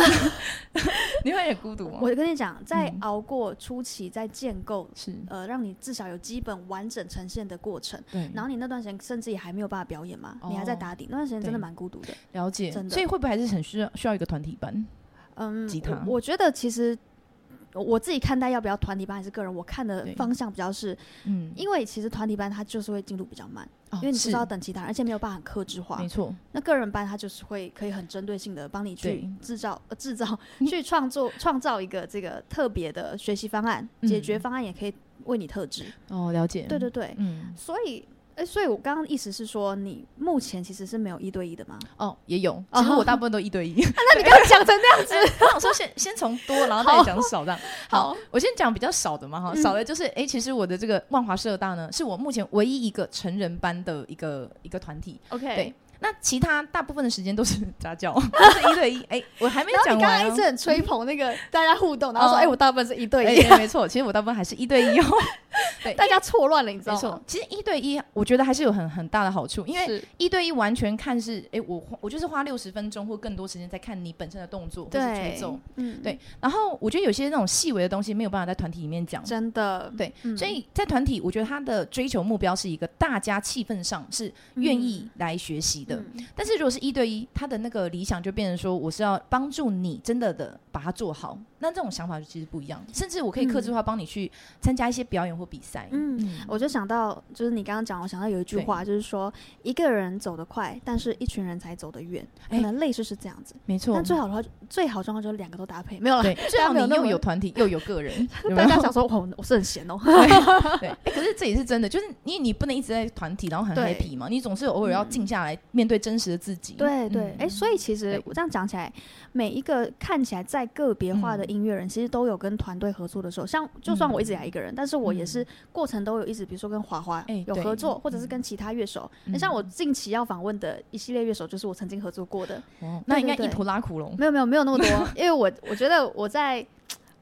Speaker 2: 你会很孤独吗？
Speaker 1: 我跟你讲，在
Speaker 2: 嗯
Speaker 1: 熬过初期，在建构，
Speaker 2: 是
Speaker 1: 呃，让你至少有基本完整呈现的过程。
Speaker 2: 对，
Speaker 1: 然后你那段时间甚至也还没有办法表演嘛，你还在
Speaker 2: 哦
Speaker 1: 打底，那段时间真的
Speaker 2: 对
Speaker 1: 蛮孤独的。
Speaker 2: 了解
Speaker 1: 真，的
Speaker 2: 所以会不会还是很需要需要一个团体班？
Speaker 1: 嗯，
Speaker 2: 吉他
Speaker 1: 我我觉得其实我自己看待要不要团体班还是个人，我看的
Speaker 2: 对
Speaker 1: 方向比较是，
Speaker 2: 嗯，
Speaker 1: 因为其实团体班它就是会进度比较慢，
Speaker 2: 因
Speaker 1: 因为你至少要等其他人，而且没有办法很克制化
Speaker 2: 没。错，
Speaker 1: 那个人班它就是会可以很针对性的帮你去
Speaker 2: 对
Speaker 1: 制造、呃、制 造去创作创造一个这个特别的学习方案，
Speaker 2: 嗯
Speaker 1: 解决方案也可以为你特制。
Speaker 2: 哦，了解，
Speaker 1: 对对，对，
Speaker 2: 嗯，
Speaker 1: 所以。哎，所以我刚刚意思是说，你目前其实是没有一对一的吗？
Speaker 2: 哦，也有，
Speaker 1: 哦
Speaker 2: 其实我大部分都一 对一。
Speaker 1: 那你刚刚讲成这样子，
Speaker 2: 我想说先先从多，然后再讲少这样。好，我先讲比较少的嘛哈，
Speaker 1: 嗯
Speaker 2: 少的就是哎，其实我的这个万华社大呢，是我目前唯一一个成人班的一个一个团体。
Speaker 1: OK，
Speaker 2: 对那其他大部分的时间都是 家教，都是一对一。哎，我还没
Speaker 1: 然后
Speaker 2: 讲
Speaker 1: 你刚
Speaker 2: 完
Speaker 1: 刚
Speaker 2: 哦。
Speaker 1: 一直很吹捧那个大家互动，然后说：“
Speaker 2: 哦
Speaker 1: 哎、我大部分是一对一，
Speaker 2: 哎，没错，其实我大部分还是一对一哦。对，
Speaker 1: 大家错乱了，你知
Speaker 2: 没
Speaker 1: 道
Speaker 2: 错
Speaker 1: 吗，？”
Speaker 2: 其实一对一，我觉得还是有很很大的好处，因为
Speaker 1: 是
Speaker 2: 一对一完全看是，诶，我花我就是花六十分钟或更多时间在看你本身的动作或是
Speaker 1: 对
Speaker 2: 吹奏，，
Speaker 1: 嗯，
Speaker 2: 对。然后我觉得有些那种细微的东西没有办法在团体里面讲，
Speaker 1: 真的，
Speaker 2: 对
Speaker 1: 嗯
Speaker 2: 所以在团体，我觉得他的追求目标是一个大家气氛上是愿意来学习的。
Speaker 1: 嗯
Speaker 2: 但是如果是一对一，他的那个理想就变成说，我是要帮助你真的的把它做好，那这种想法就其实不一样。甚至我可以克制化帮你去参加一些表演或比赛。
Speaker 1: 嗯
Speaker 2: 嗯
Speaker 1: 我就想到，就是你刚刚讲，我想到有一句话，就是说一个人走得快，但是一群人才走得远，可
Speaker 2: 哎
Speaker 1: 能类似是这样子。
Speaker 2: 没错
Speaker 1: 但。最好的话，最好状况就是两个都搭配，哦没有啦。
Speaker 2: 对，最好
Speaker 1: 没有
Speaker 2: 你
Speaker 1: 那
Speaker 2: 又
Speaker 1: 么
Speaker 2: 有团体 又有个人，有没有
Speaker 1: 大家想说，我我是很 闲哦，
Speaker 2: 对，欸可是这也是真的，就是因为你不能一直在团体，然后很
Speaker 1: 对
Speaker 2: happy 嘛，你总是偶尔要静下来面对真实的自己。
Speaker 1: 对对，
Speaker 2: 嗯
Speaker 1: 哎、所以其实
Speaker 2: 对
Speaker 1: 我这样讲起来，每一个看起来再个别化的
Speaker 2: 嗯
Speaker 1: 音乐人，其实都有跟团队合作的时候。像就算我一直来一个人，但是我也是过程都有一直，比如说跟华华
Speaker 2: 哎
Speaker 1: 有
Speaker 2: 嗯对嗯
Speaker 1: 合作，或者是跟其他乐手。那、像我近期要访问的一系列乐手，就是我曾经合作过的。
Speaker 2: 哦那应该
Speaker 1: 对
Speaker 2: 一
Speaker 1: 对
Speaker 2: 头拉苦龙。
Speaker 1: 没有没有没有那么 多，因为我我觉得我在，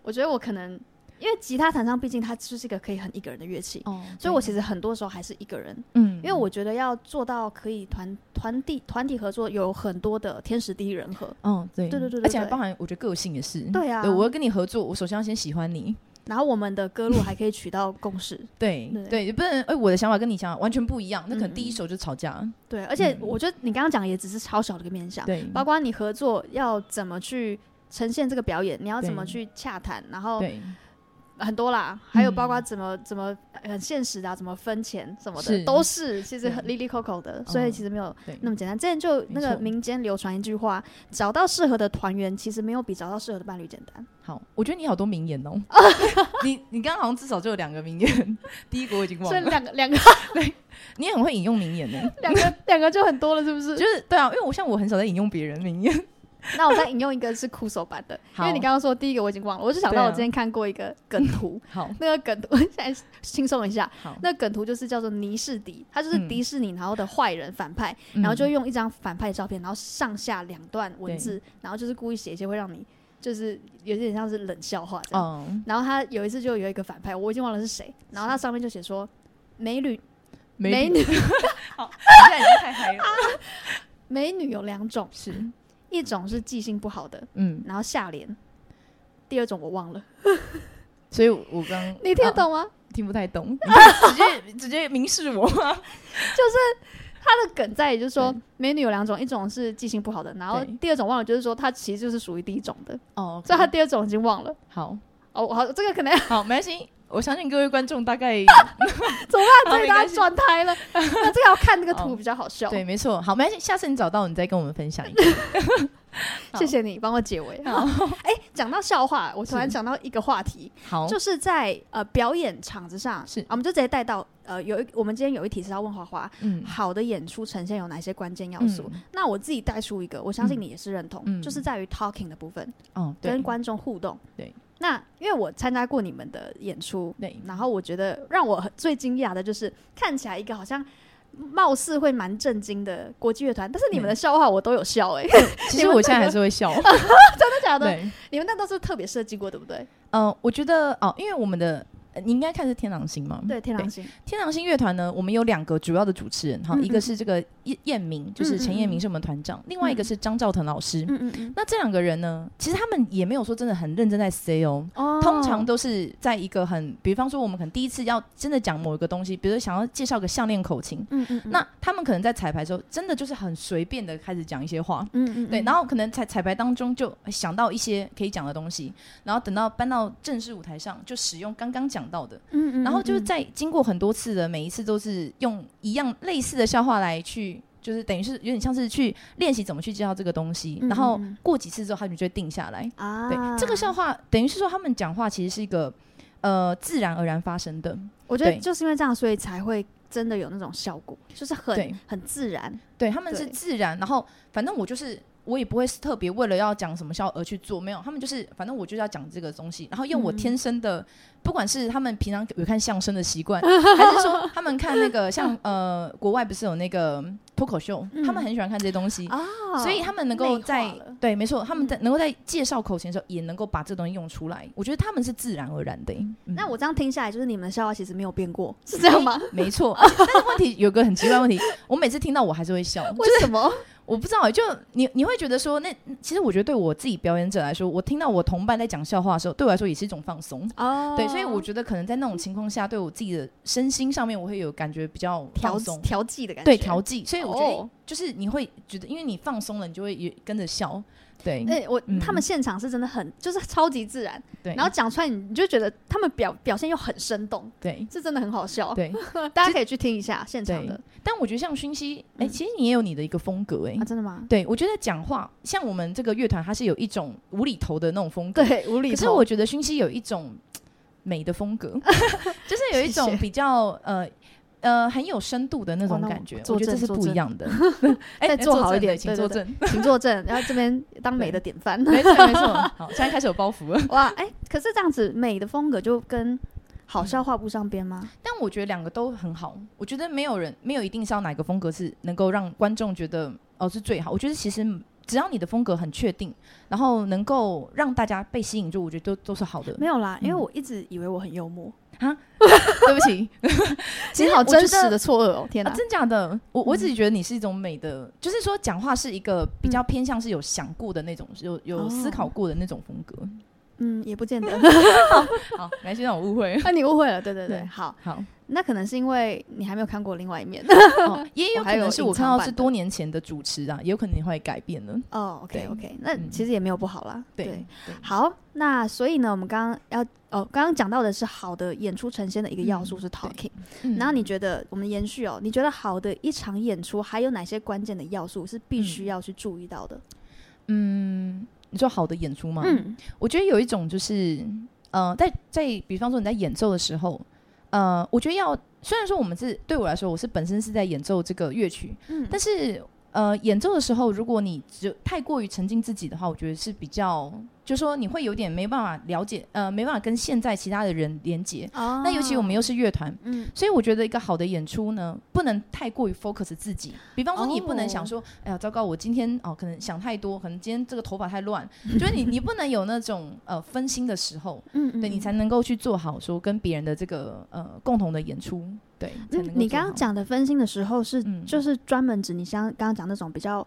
Speaker 1: 我觉得我可能因为吉他弹唱，毕竟它就是一个可以很一个人的乐器。
Speaker 2: 哦，
Speaker 1: 所以，我其
Speaker 2: 实
Speaker 1: 实很多时候还是一个人，
Speaker 2: 嗯
Speaker 1: 因为我觉得要做到可以团团体团体合作，有很多的天时地利人和。
Speaker 2: 哦对
Speaker 1: 对对对对
Speaker 2: 而且还
Speaker 1: 对
Speaker 2: 包含我觉得个性也是。
Speaker 1: 对啊
Speaker 2: 我要跟你合作，我首先要先喜欢你。
Speaker 1: 然后我们的歌路还可以取到共识，
Speaker 2: 对
Speaker 1: 对
Speaker 2: 对，不能哎，我的想法跟你想法完全不一样，那
Speaker 1: 嗯
Speaker 2: 可能第一首就吵架。
Speaker 1: 对，而且
Speaker 2: 嗯
Speaker 1: 我觉得你刚刚讲的也只是超小的一个面向，
Speaker 2: 对，
Speaker 1: 包括你合作要怎么去呈现这个表演，你要怎么
Speaker 2: 对
Speaker 1: 去洽谈，然后
Speaker 2: 对，嗯
Speaker 1: 很多啦，还有包括怎么、怎么很现实的啊、怎么分钱什么的，
Speaker 2: 是
Speaker 1: 都是其实很
Speaker 2: 对
Speaker 1: 利利扣扣的，所以
Speaker 2: 嗯
Speaker 1: 其实没有
Speaker 2: 对
Speaker 1: 那么简单。之前就那
Speaker 2: 没
Speaker 1: 个
Speaker 2: 错
Speaker 1: 民间流传一句话，找到适合的团员，其实没有比找到适合的伴侣简单。
Speaker 2: 好，我觉得你好多名言 哦， 你你刚刚好像至少就有两个名言，第一个我已经忘
Speaker 1: 所以
Speaker 2: 了，
Speaker 1: 两个两个
Speaker 2: 你也很会引用名言呢，
Speaker 1: 两 个两个就很多了，是不？
Speaker 2: 就是是对啊，因为我像我很少在引用别人名言，
Speaker 1: 那我再引用一个是哭手版 的，因为
Speaker 2: 好
Speaker 1: 你刚刚说第一个我已经忘了，我就想
Speaker 2: 对
Speaker 1: 到
Speaker 2: 啊
Speaker 1: 我之前看过一个梗 图，
Speaker 2: 好
Speaker 1: 那个梗图现在轻松一下，
Speaker 2: 好，
Speaker 1: 那梗图就是叫做尼士迪，他就是
Speaker 2: 嗯
Speaker 1: 迪士尼然后的坏人反派，
Speaker 2: 嗯
Speaker 1: 然后就用一张反派照片，然后上下两段文字，然后就是故意写一些会让你就是有点像是冷笑话这样。
Speaker 2: 嗯，
Speaker 1: 然后他有一次就有一个反派，我已经忘了哦是谁，然后他上面就写说美女美
Speaker 2: 美
Speaker 1: 女
Speaker 2: 女，现在已经太嗨了，
Speaker 1: 美女有两种，
Speaker 2: 是
Speaker 1: 一种是记性不好的，
Speaker 2: 嗯，
Speaker 1: 然后下联，第二种我忘了，
Speaker 2: 所以我刚
Speaker 1: 你听得
Speaker 2: 啊
Speaker 1: 懂吗？
Speaker 2: 听不太 懂，你看直接直接明示我 吗？
Speaker 1: 他的梗在也就是说美女有两种，一种是记性不好的，然后
Speaker 2: 对
Speaker 1: 第二种忘了，就是说他其实就是属于第一种的，
Speaker 2: 哦
Speaker 1: 所以他第二种已经忘了。
Speaker 2: 好
Speaker 1: 哦，好，这个可能
Speaker 2: 好没关系，我相信各位观众大概
Speaker 1: 怎么办？所以大家转台 了。那这个要看这个图
Speaker 2: 哦
Speaker 1: 比较好笑。
Speaker 2: 对，没错，好没关系，下次你找到你再跟我们分享一个，好
Speaker 1: 谢谢你帮我解围。
Speaker 2: 好
Speaker 1: 哎，讲到笑话，我突然
Speaker 2: 是
Speaker 1: 想到一个话题，
Speaker 2: 好，
Speaker 1: 就是在呃表演场子上，
Speaker 2: 是
Speaker 1: 啊我们就直接带到呃有一我们今天有一题是要问花花，
Speaker 2: 嗯，
Speaker 1: 好的演出呈现有哪些关键要素？
Speaker 2: 嗯
Speaker 1: 那我自己带出一个，我相信
Speaker 2: 嗯
Speaker 1: 你也是认同，
Speaker 2: 嗯
Speaker 1: 就是在于 talking 的部分
Speaker 2: 哦，对
Speaker 1: 跟观众互动。
Speaker 2: 对，
Speaker 1: 那因为我参加过你们的演出，
Speaker 2: 对
Speaker 1: 然后我觉得让我很最惊讶的就是，看起来一个好像貌似会蛮震惊的国际乐团，但是你们的笑话我都有笑 哎、真
Speaker 2: 其
Speaker 1: 你
Speaker 2: 实
Speaker 1: 们
Speaker 2: 我
Speaker 1: 这
Speaker 2: 现在还
Speaker 1: 个
Speaker 2: 是会笑，
Speaker 1: 的假的？
Speaker 2: 对，
Speaker 1: 你们那都是特别设计过，对不对？
Speaker 2: 嗯，我觉得哦，因为我们的。呃你应该看是天狼星吗？
Speaker 1: 对，天狼星，
Speaker 2: 天狼星乐团呢，我们有两个主要的主持人哈，
Speaker 1: 嗯
Speaker 2: 一个是这个叶彦明，就是陈彦明是我们团长，另外一个是张兆腾老师。
Speaker 1: 嗯嗯嗯，
Speaker 2: 那这两个人呢，其实他们也没有说真的很认真在 say 哦，
Speaker 1: 哦
Speaker 2: 通常都是在一个很，比方说我们可能第一次要真的讲某一个东西，比如说想要介绍个项链口琴，
Speaker 1: 嗯嗯，嗯
Speaker 2: 那他们可能在彩排的时候，真的就是很随便的开始讲一些话，
Speaker 1: 嗯嗯，
Speaker 2: 对，
Speaker 1: 嗯
Speaker 2: 然后可能彩彩排当中就想到一些可以讲的东西，然后等到搬到正式舞台上就使用刚刚讲到的，
Speaker 1: 嗯嗯，
Speaker 2: 然后就是
Speaker 1: 嗯
Speaker 2: 在经过很多次的，每一次都是用一样类似的笑话来去，就是等于是有点像是去练习怎么去介绍这个东西，
Speaker 1: 嗯
Speaker 2: 然后
Speaker 1: 嗯嗯
Speaker 2: 过几次之后他们就会定下来。
Speaker 1: 啊，
Speaker 2: 对，这个笑话等于是说他们讲话其实是一个呃自然而然发生的，
Speaker 1: 我觉得
Speaker 2: 对
Speaker 1: 就是因为这样，所以才会真的有那种效果，就是
Speaker 2: 对
Speaker 1: 很很自然，
Speaker 2: 对，他们是
Speaker 1: 对
Speaker 2: 自然，然后反正我就是我也不会是特别为了要讲什么笑而去做，没有，他们就是反正我就是要讲这个东西，然后用我
Speaker 1: 嗯
Speaker 2: 天生 的，不管是他们平常有看相声的习惯，还是说他们看那 个像呃国外不是有那个脱口秀，他们
Speaker 1: 嗯
Speaker 2: 很喜欢看这些东西。
Speaker 1: 啊
Speaker 2: 所以他们
Speaker 1: 内
Speaker 2: 能够
Speaker 1: 化
Speaker 2: 在
Speaker 1: 了嗯
Speaker 2: 对，没错，他们在能够在介绍口型的时候，也能够把这东西用出来。我觉得他们是自然而然的欸、嗯
Speaker 1: 那我这样听下来，就是你们的笑话其实没有变过，是这样吗？
Speaker 2: 没错，而且但是问题有个很奇怪的问题，我每次听到我还是 会笑，
Speaker 1: 为什么？
Speaker 2: 我不知道，就你你会觉得说，那其实我觉得对我自己表演者来说，我听到我同伴在讲笑话的时候，对我来说也是一种放松。
Speaker 1: 哦
Speaker 2: 对，所以我觉得可能在那种情况下，对我自己的身心上面，我会有感觉比较
Speaker 1: 调
Speaker 2: 放松，
Speaker 1: 调剂的感觉，
Speaker 2: 对调剂。所以我觉得、
Speaker 1: 哦
Speaker 2: 就是你会觉得，因为你放松了，你就会也跟着笑。对，
Speaker 1: 哎、我、
Speaker 2: 嗯
Speaker 1: 他们现场是真的很，就是超级自然，
Speaker 2: 对，
Speaker 1: 然后讲出来你就觉得他们表表现又很生动，
Speaker 2: 对
Speaker 1: 是真的很好笑。
Speaker 2: 对
Speaker 1: 大家可以去听一下现场
Speaker 2: 对
Speaker 1: 的。
Speaker 2: 但我觉得像勋熙，哎、
Speaker 1: 嗯
Speaker 2: 其实你也有你的一个风格、哎、
Speaker 1: 啊，真的吗？
Speaker 2: 对我觉得讲话，像我们这个乐团，它是有一种无厘头的那种风格。
Speaker 1: 对，无厘
Speaker 2: 可
Speaker 1: 头。
Speaker 2: 是我觉得勋熙有一种嘖美的风 格，就是有一
Speaker 1: 谢
Speaker 2: 种
Speaker 1: 谢
Speaker 2: 比较呃呃很有深度的那
Speaker 1: 哦
Speaker 2: 种
Speaker 1: 那我
Speaker 2: 感觉，
Speaker 1: 作
Speaker 2: 我觉得
Speaker 1: 证
Speaker 2: 这是
Speaker 1: 作
Speaker 2: 不
Speaker 1: 证
Speaker 2: 一样 的。哎
Speaker 1: 再
Speaker 2: 哎
Speaker 1: 做好一
Speaker 2: 证
Speaker 1: 点
Speaker 2: 对请
Speaker 1: 对
Speaker 2: 作
Speaker 1: 对
Speaker 2: 证。
Speaker 1: 请作证，然后这边当美的典范。
Speaker 2: 没错没错，好，现在开始有包袱了。
Speaker 1: 哇，哎、可是这样子美的风格就跟好笑画不上边吗？
Speaker 2: 但我觉得两个都很好，我觉得没有人没有一定是要哪个风格是能够让观众觉得哦是最好。我觉得其实只要你的风格很确定，然后能够让大家被吸引住，我觉得都都是好的。
Speaker 1: 没有啦，因为
Speaker 2: 嗯
Speaker 1: 我一直以为我很幽默，
Speaker 2: 对不 起，
Speaker 1: 其实
Speaker 2: 我
Speaker 1: 好
Speaker 2: 觉
Speaker 1: 真实
Speaker 2: 得
Speaker 1: 的错愕哦，天哪！
Speaker 2: 啊，真假的？我我
Speaker 1: 嗯
Speaker 2: 自己觉得你是一种美的，就是说讲话是一个比较偏向是有想过的那种，有有
Speaker 1: 哦
Speaker 2: 思考过的那种风格。
Speaker 1: 嗯，也不见 得。
Speaker 2: 好，没关系，让我误会了。
Speaker 1: 那你误会了，对对对，
Speaker 2: 对
Speaker 1: 好，
Speaker 2: 好，
Speaker 1: 那可能是因为你还没有看过另外一 面。
Speaker 2: 哦、也
Speaker 1: 我
Speaker 2: 有可
Speaker 1: 还有
Speaker 2: 能是我
Speaker 1: 隐藏
Speaker 2: 看到
Speaker 1: 版
Speaker 2: 是
Speaker 1: 的
Speaker 2: 多年前的主持啊，也有可能你会改变了。
Speaker 1: 哦，OK
Speaker 2: 对
Speaker 1: OK，那
Speaker 2: 嗯
Speaker 1: 其实也没有不好啦。
Speaker 2: 对，对
Speaker 1: 好，那所以呢，我们刚刚要哦，刚刚讲到的是好的演出呈现的一个要素
Speaker 2: 嗯
Speaker 1: 是 talking，、
Speaker 2: 嗯
Speaker 1: 然后你觉得我们延续哦，你觉得好的一场演出还有哪些关键的要素是必须要去注意到的？
Speaker 2: 嗯，你说好的演出吗？
Speaker 1: 嗯，
Speaker 2: 我觉得有一种就是，呃，在在比方说你在演奏的时候，呃，我觉得要虽然说我们是对我来说，我是本身是在演奏这个乐曲，
Speaker 1: 嗯
Speaker 2: 但是呃，演奏的时候，如果你只太过于沉浸自己的话，我觉得是比较，就说你会有点没办法了解，呃，没办法跟现在其他的人连接。
Speaker 1: 哦
Speaker 2: 那尤其我们又是乐团，
Speaker 1: 嗯
Speaker 2: 所以我觉得一个好的演出呢，不能太过于 focus 自己。比方说，你不能想
Speaker 1: 哦
Speaker 2: 说，哎呀，糟糕，我今天哦，可能想太多，可能今天这个头发太乱，就是你你不能有那种呃分心的时候，
Speaker 1: 嗯嗯
Speaker 2: 对你才能够去做好说跟别人的这个呃共同的演出，对，才能
Speaker 1: 嗯
Speaker 2: 够，
Speaker 1: 你
Speaker 2: 做
Speaker 1: 刚刚
Speaker 2: 好
Speaker 1: 讲的分心的时候是、
Speaker 2: 嗯
Speaker 1: 就是专门指你像刚刚讲那种比较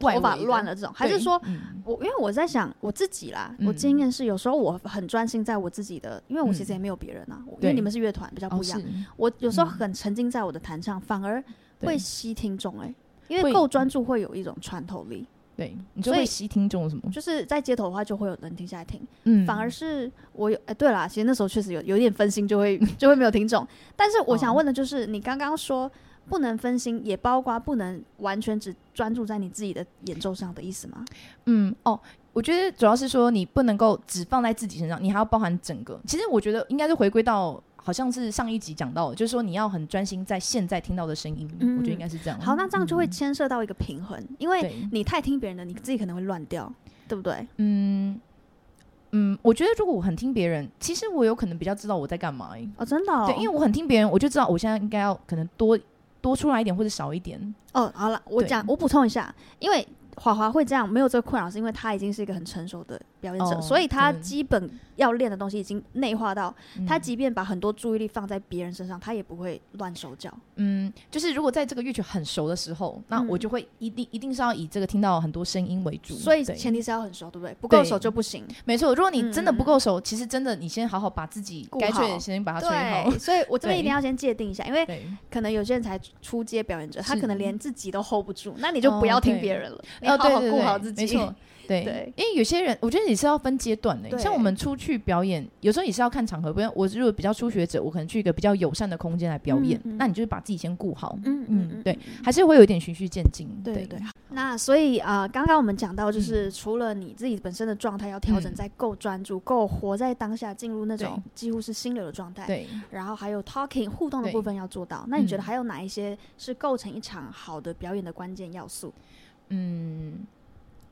Speaker 2: 外
Speaker 1: 头发
Speaker 2: 围的
Speaker 1: 乱了这种，还
Speaker 2: 对
Speaker 1: 是说
Speaker 2: 嗯
Speaker 1: 我因为我在想我自己啦，我
Speaker 2: 嗯
Speaker 1: 经验是有时候我很专心在我自己的，因为我其实
Speaker 2: 嗯
Speaker 1: 也没有别人啊，我因
Speaker 2: 对
Speaker 1: 为你们是乐团比较
Speaker 2: 哦
Speaker 1: 不一
Speaker 2: 是
Speaker 1: 样，我有时候
Speaker 2: 嗯
Speaker 1: 很沉浸在我的弹唱，反而
Speaker 2: 对
Speaker 1: 会吸听众哎、因为
Speaker 2: 会嗯
Speaker 1: 够专注会有一种穿透力，
Speaker 2: 对，你就
Speaker 1: 所
Speaker 2: 会
Speaker 1: 以
Speaker 2: 吸听众什么，
Speaker 1: 就是在街头的话就会有人停下来听，
Speaker 2: 嗯，
Speaker 1: 反而是我有哎、对啦，其实那时候确实有有一点分心，就会 就会没有听众。但是我想
Speaker 2: 哦
Speaker 1: 问的就是，你刚刚说不能分心，也包括不能完全只专注在你自己的演奏上的意思吗？
Speaker 2: 嗯哦。我觉得主要是说你不能够只放在自己身上，你还要包含整个。其实我觉得应该是回归到，好像是上一集讲到的，就是说你要很专心在现在听到的声音。
Speaker 1: 嗯
Speaker 2: 我觉得应该是这样。
Speaker 1: 好，那这样就会
Speaker 2: 嗯
Speaker 1: 牵涉到一个平衡，因为
Speaker 2: 对，
Speaker 1: 你太听别人的，你自己可能会乱掉，对不对？
Speaker 2: 嗯嗯，我觉得如果我很听别人，其实我有可能比较知道我在干嘛、欸。
Speaker 1: 哦，真的、哦，
Speaker 2: 对，因为我很听别人，我就知道我现在应该要可能多多出来一点或者少一点。
Speaker 1: 哦，好了，我
Speaker 2: 对
Speaker 1: 讲，我补充一下，因为华华会这样没有这个困扰，是因为他已经是一个很成熟的表演者，
Speaker 2: 哦
Speaker 1: 所以他
Speaker 2: 对
Speaker 1: 基本要练的东西已经内化到，
Speaker 2: 嗯
Speaker 1: 他即便把很多注意力放在别人身上，他也不会乱手脚。
Speaker 2: 嗯，就是如果在这个乐曲很熟的时候，那
Speaker 1: 嗯
Speaker 2: 我就会一定一定是要以这个听到很多声音为主。
Speaker 1: 所以
Speaker 2: 对
Speaker 1: 前提是要很熟，对不对？不够
Speaker 2: 对
Speaker 1: 熟就不行。
Speaker 2: 没错，如果你真的
Speaker 1: 嗯嗯
Speaker 2: 不够熟，其实真的你先好好把自己
Speaker 1: 顾
Speaker 2: 该吹
Speaker 1: 好
Speaker 2: 的先把它吹好
Speaker 1: 对，。 所以我这边
Speaker 2: 对
Speaker 1: 一定要先界定一下，因为
Speaker 2: 对，
Speaker 1: 可能有些人才出街表演者，他
Speaker 2: 是
Speaker 1: 可能连自己都 hold 不住，那你就
Speaker 2: 哦
Speaker 1: 不要听
Speaker 2: 对
Speaker 1: 别人了，你
Speaker 2: 哦
Speaker 1: 好
Speaker 2: 对
Speaker 1: 好
Speaker 2: 对
Speaker 1: 顾好
Speaker 2: 对
Speaker 1: 自
Speaker 2: 没
Speaker 1: 己。
Speaker 2: 错，对
Speaker 1: 对，
Speaker 2: 因为有些人，我觉得也是要分阶段的。
Speaker 1: 对
Speaker 2: 像我们出去表演，有时候也是要看场合。不然我如果比较初学者，我可能去一个比较友善的空间来表演，
Speaker 1: 嗯嗯
Speaker 2: 那你就是把自己先顾好。
Speaker 1: 嗯
Speaker 2: 嗯，对，还是会有一点循序渐进。
Speaker 1: 对对
Speaker 2: 对
Speaker 1: 对。那所以啊，呃刚刚我们讲到，就
Speaker 2: 嗯
Speaker 1: 是除了你自己本身的状态要调整
Speaker 2: 嗯
Speaker 1: 在够专注、够活在当下，进入那种
Speaker 2: 对
Speaker 1: 几乎是心流的状态，
Speaker 2: 对
Speaker 1: 然后还有 talking 互动的
Speaker 2: 对
Speaker 1: 部分要做到。那你觉得
Speaker 2: 嗯
Speaker 1: 还有哪一些是构成一场好的表演的关键要素？
Speaker 2: 嗯，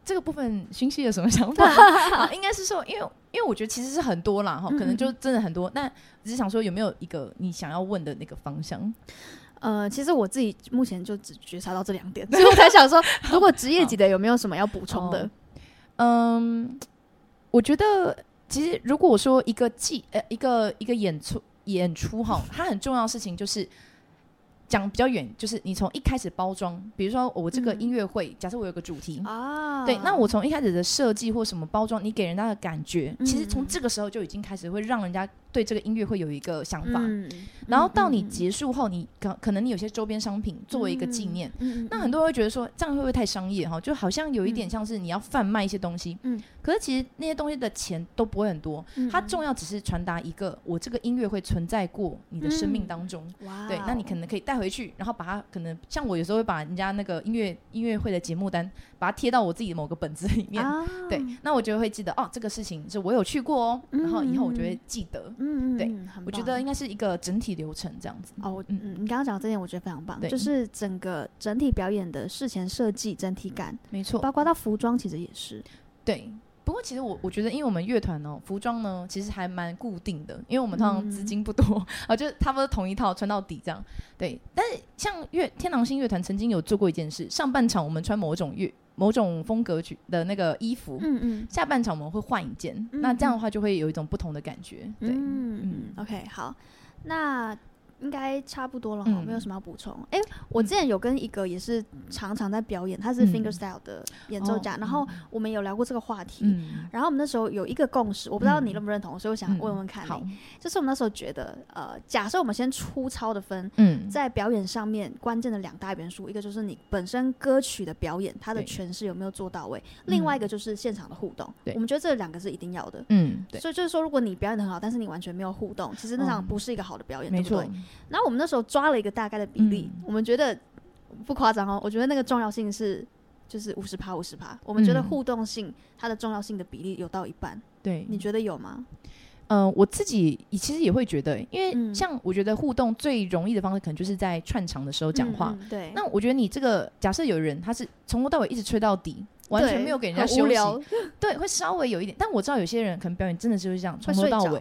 Speaker 2: 这个部分勋熙有什么想 法？啊应该是说，因为因为我觉得其实是很多啦，哈，可能就
Speaker 1: 嗯
Speaker 2: 真的很多。那只是想说，有没有一个你想要问的那个方向？
Speaker 1: 呃，其实我自己目前就只觉察到这两 点，所以我才想说，如果职业级的有没有什么要补充的
Speaker 2: 哦？嗯，我觉得其实如果说一个技呃一个一个演出演 出哈，它很重要的事情就是。讲比较远，就是你从一开始包装，比如说我这个
Speaker 1: 嗯
Speaker 2: 音乐会，假设我有个主题，
Speaker 1: 啊
Speaker 2: 对，那我从一开始的设计或什么包装，你给人家的感觉，其实从
Speaker 1: 嗯
Speaker 2: 这个时候就已经开始会让人家对这个音乐会有一个想法。
Speaker 1: 嗯
Speaker 2: 然后到你
Speaker 1: 嗯嗯
Speaker 2: 结束后，你可可能你有些周边商品作为一个纪念，
Speaker 1: 嗯嗯
Speaker 2: 那很多人会觉得说这样会不会太商业哈？就好像有一点像是你要贩卖一些东西，
Speaker 1: 嗯
Speaker 2: 可是其实那些东西的钱都不会很多，
Speaker 1: 嗯
Speaker 2: 它重要只是传达一个我这个音乐会存在过你的生命
Speaker 1: 嗯
Speaker 2: 当中。
Speaker 1: 哇
Speaker 2: 对，那你
Speaker 1: 哦
Speaker 2: 可能可以带回去，然后把它可能像我有时候会把人家那个音乐音乐会的节目单，把它贴到我自己的某个本子里面。
Speaker 1: 啊
Speaker 2: 对，那我就会记得哦，这个事情是我有去过哦，然后以后我就会记得。
Speaker 1: 嗯，
Speaker 2: 对
Speaker 1: 嗯，很
Speaker 2: 我觉
Speaker 1: 棒
Speaker 2: 得应该是一个整体流程这样子。
Speaker 1: 哦，我
Speaker 2: 嗯
Speaker 1: 嗯，你刚刚讲这点，我觉得非常棒，
Speaker 2: 对
Speaker 1: 就是整个整体表演的事前设计、整体感，
Speaker 2: 没错，
Speaker 1: 包括到服装，其实也是。
Speaker 2: 对。不过其实我我觉得，因为我们乐团哦，服装呢其实还蛮固定的，因为我们通常
Speaker 1: 嗯
Speaker 2: 资金不多、啊，就是差不多同一套穿到底这样。对，但是像乐天狼星乐团曾经有做过一件事，上半场我们穿某种乐某种风格曲的那个衣服，
Speaker 1: 嗯嗯
Speaker 2: 下半场我们会换一件，那这样的话就会有一种不同的感觉。对，
Speaker 1: 嗯嗯，OK，好，那应该差不多了哈，
Speaker 2: 嗯
Speaker 1: 没有什么要补充。哎、我之前有跟一个也是常常在表演，他是
Speaker 2: 嗯
Speaker 1: fingerstyle 的演奏家，
Speaker 2: 哦
Speaker 1: 然后我们有聊过这个话题。
Speaker 2: 嗯，
Speaker 1: 然后我们那时候有一个共识，我不知道你
Speaker 2: 嗯
Speaker 1: 认不认同，所以我想
Speaker 2: 嗯
Speaker 1: 问问看你、
Speaker 2: 好，
Speaker 1: 就是我们那时候觉得，呃，假设我们先粗糙的分，
Speaker 2: 嗯，
Speaker 1: 在表演上面关键的两大元素，一个就是你本身歌曲的表演，它的
Speaker 2: 对嗯
Speaker 1: 诠释有没有做到位，另外一个就是现场的互动。
Speaker 2: 对
Speaker 1: 我们觉得这两个是一定要的。
Speaker 2: 嗯，对，
Speaker 1: 所以就是说，如果你表演的很好，但是你完全没有互动，其实那场
Speaker 2: 嗯
Speaker 1: 不是一个好的表演，
Speaker 2: 没
Speaker 1: 对不
Speaker 2: 错
Speaker 1: 对？，然后我们那时候抓了一个大概的比例，
Speaker 2: 嗯
Speaker 1: 我们觉得不夸张哦，我觉得那个重要性是就是五十趴五十趴，我们觉得
Speaker 2: 嗯
Speaker 1: 互动性、它的重要性的比例有到一半，
Speaker 2: 对，
Speaker 1: 你觉得有吗？
Speaker 2: 嗯、我自己其实也会觉得，因
Speaker 1: 嗯
Speaker 2: 为像我觉得互动最容易的方式，可能就是在串场的时候讲话。
Speaker 1: 嗯嗯对，
Speaker 2: 那我觉得你这个假设有人他是从头到尾一直吹到底，完全没有给人家
Speaker 1: 对很无
Speaker 2: 休息，
Speaker 1: 聊，
Speaker 2: 对，会稍微有一点。但我知道有些人可能表演真的就是这样，
Speaker 1: 会
Speaker 2: 从头
Speaker 1: 睡
Speaker 2: 到
Speaker 1: 着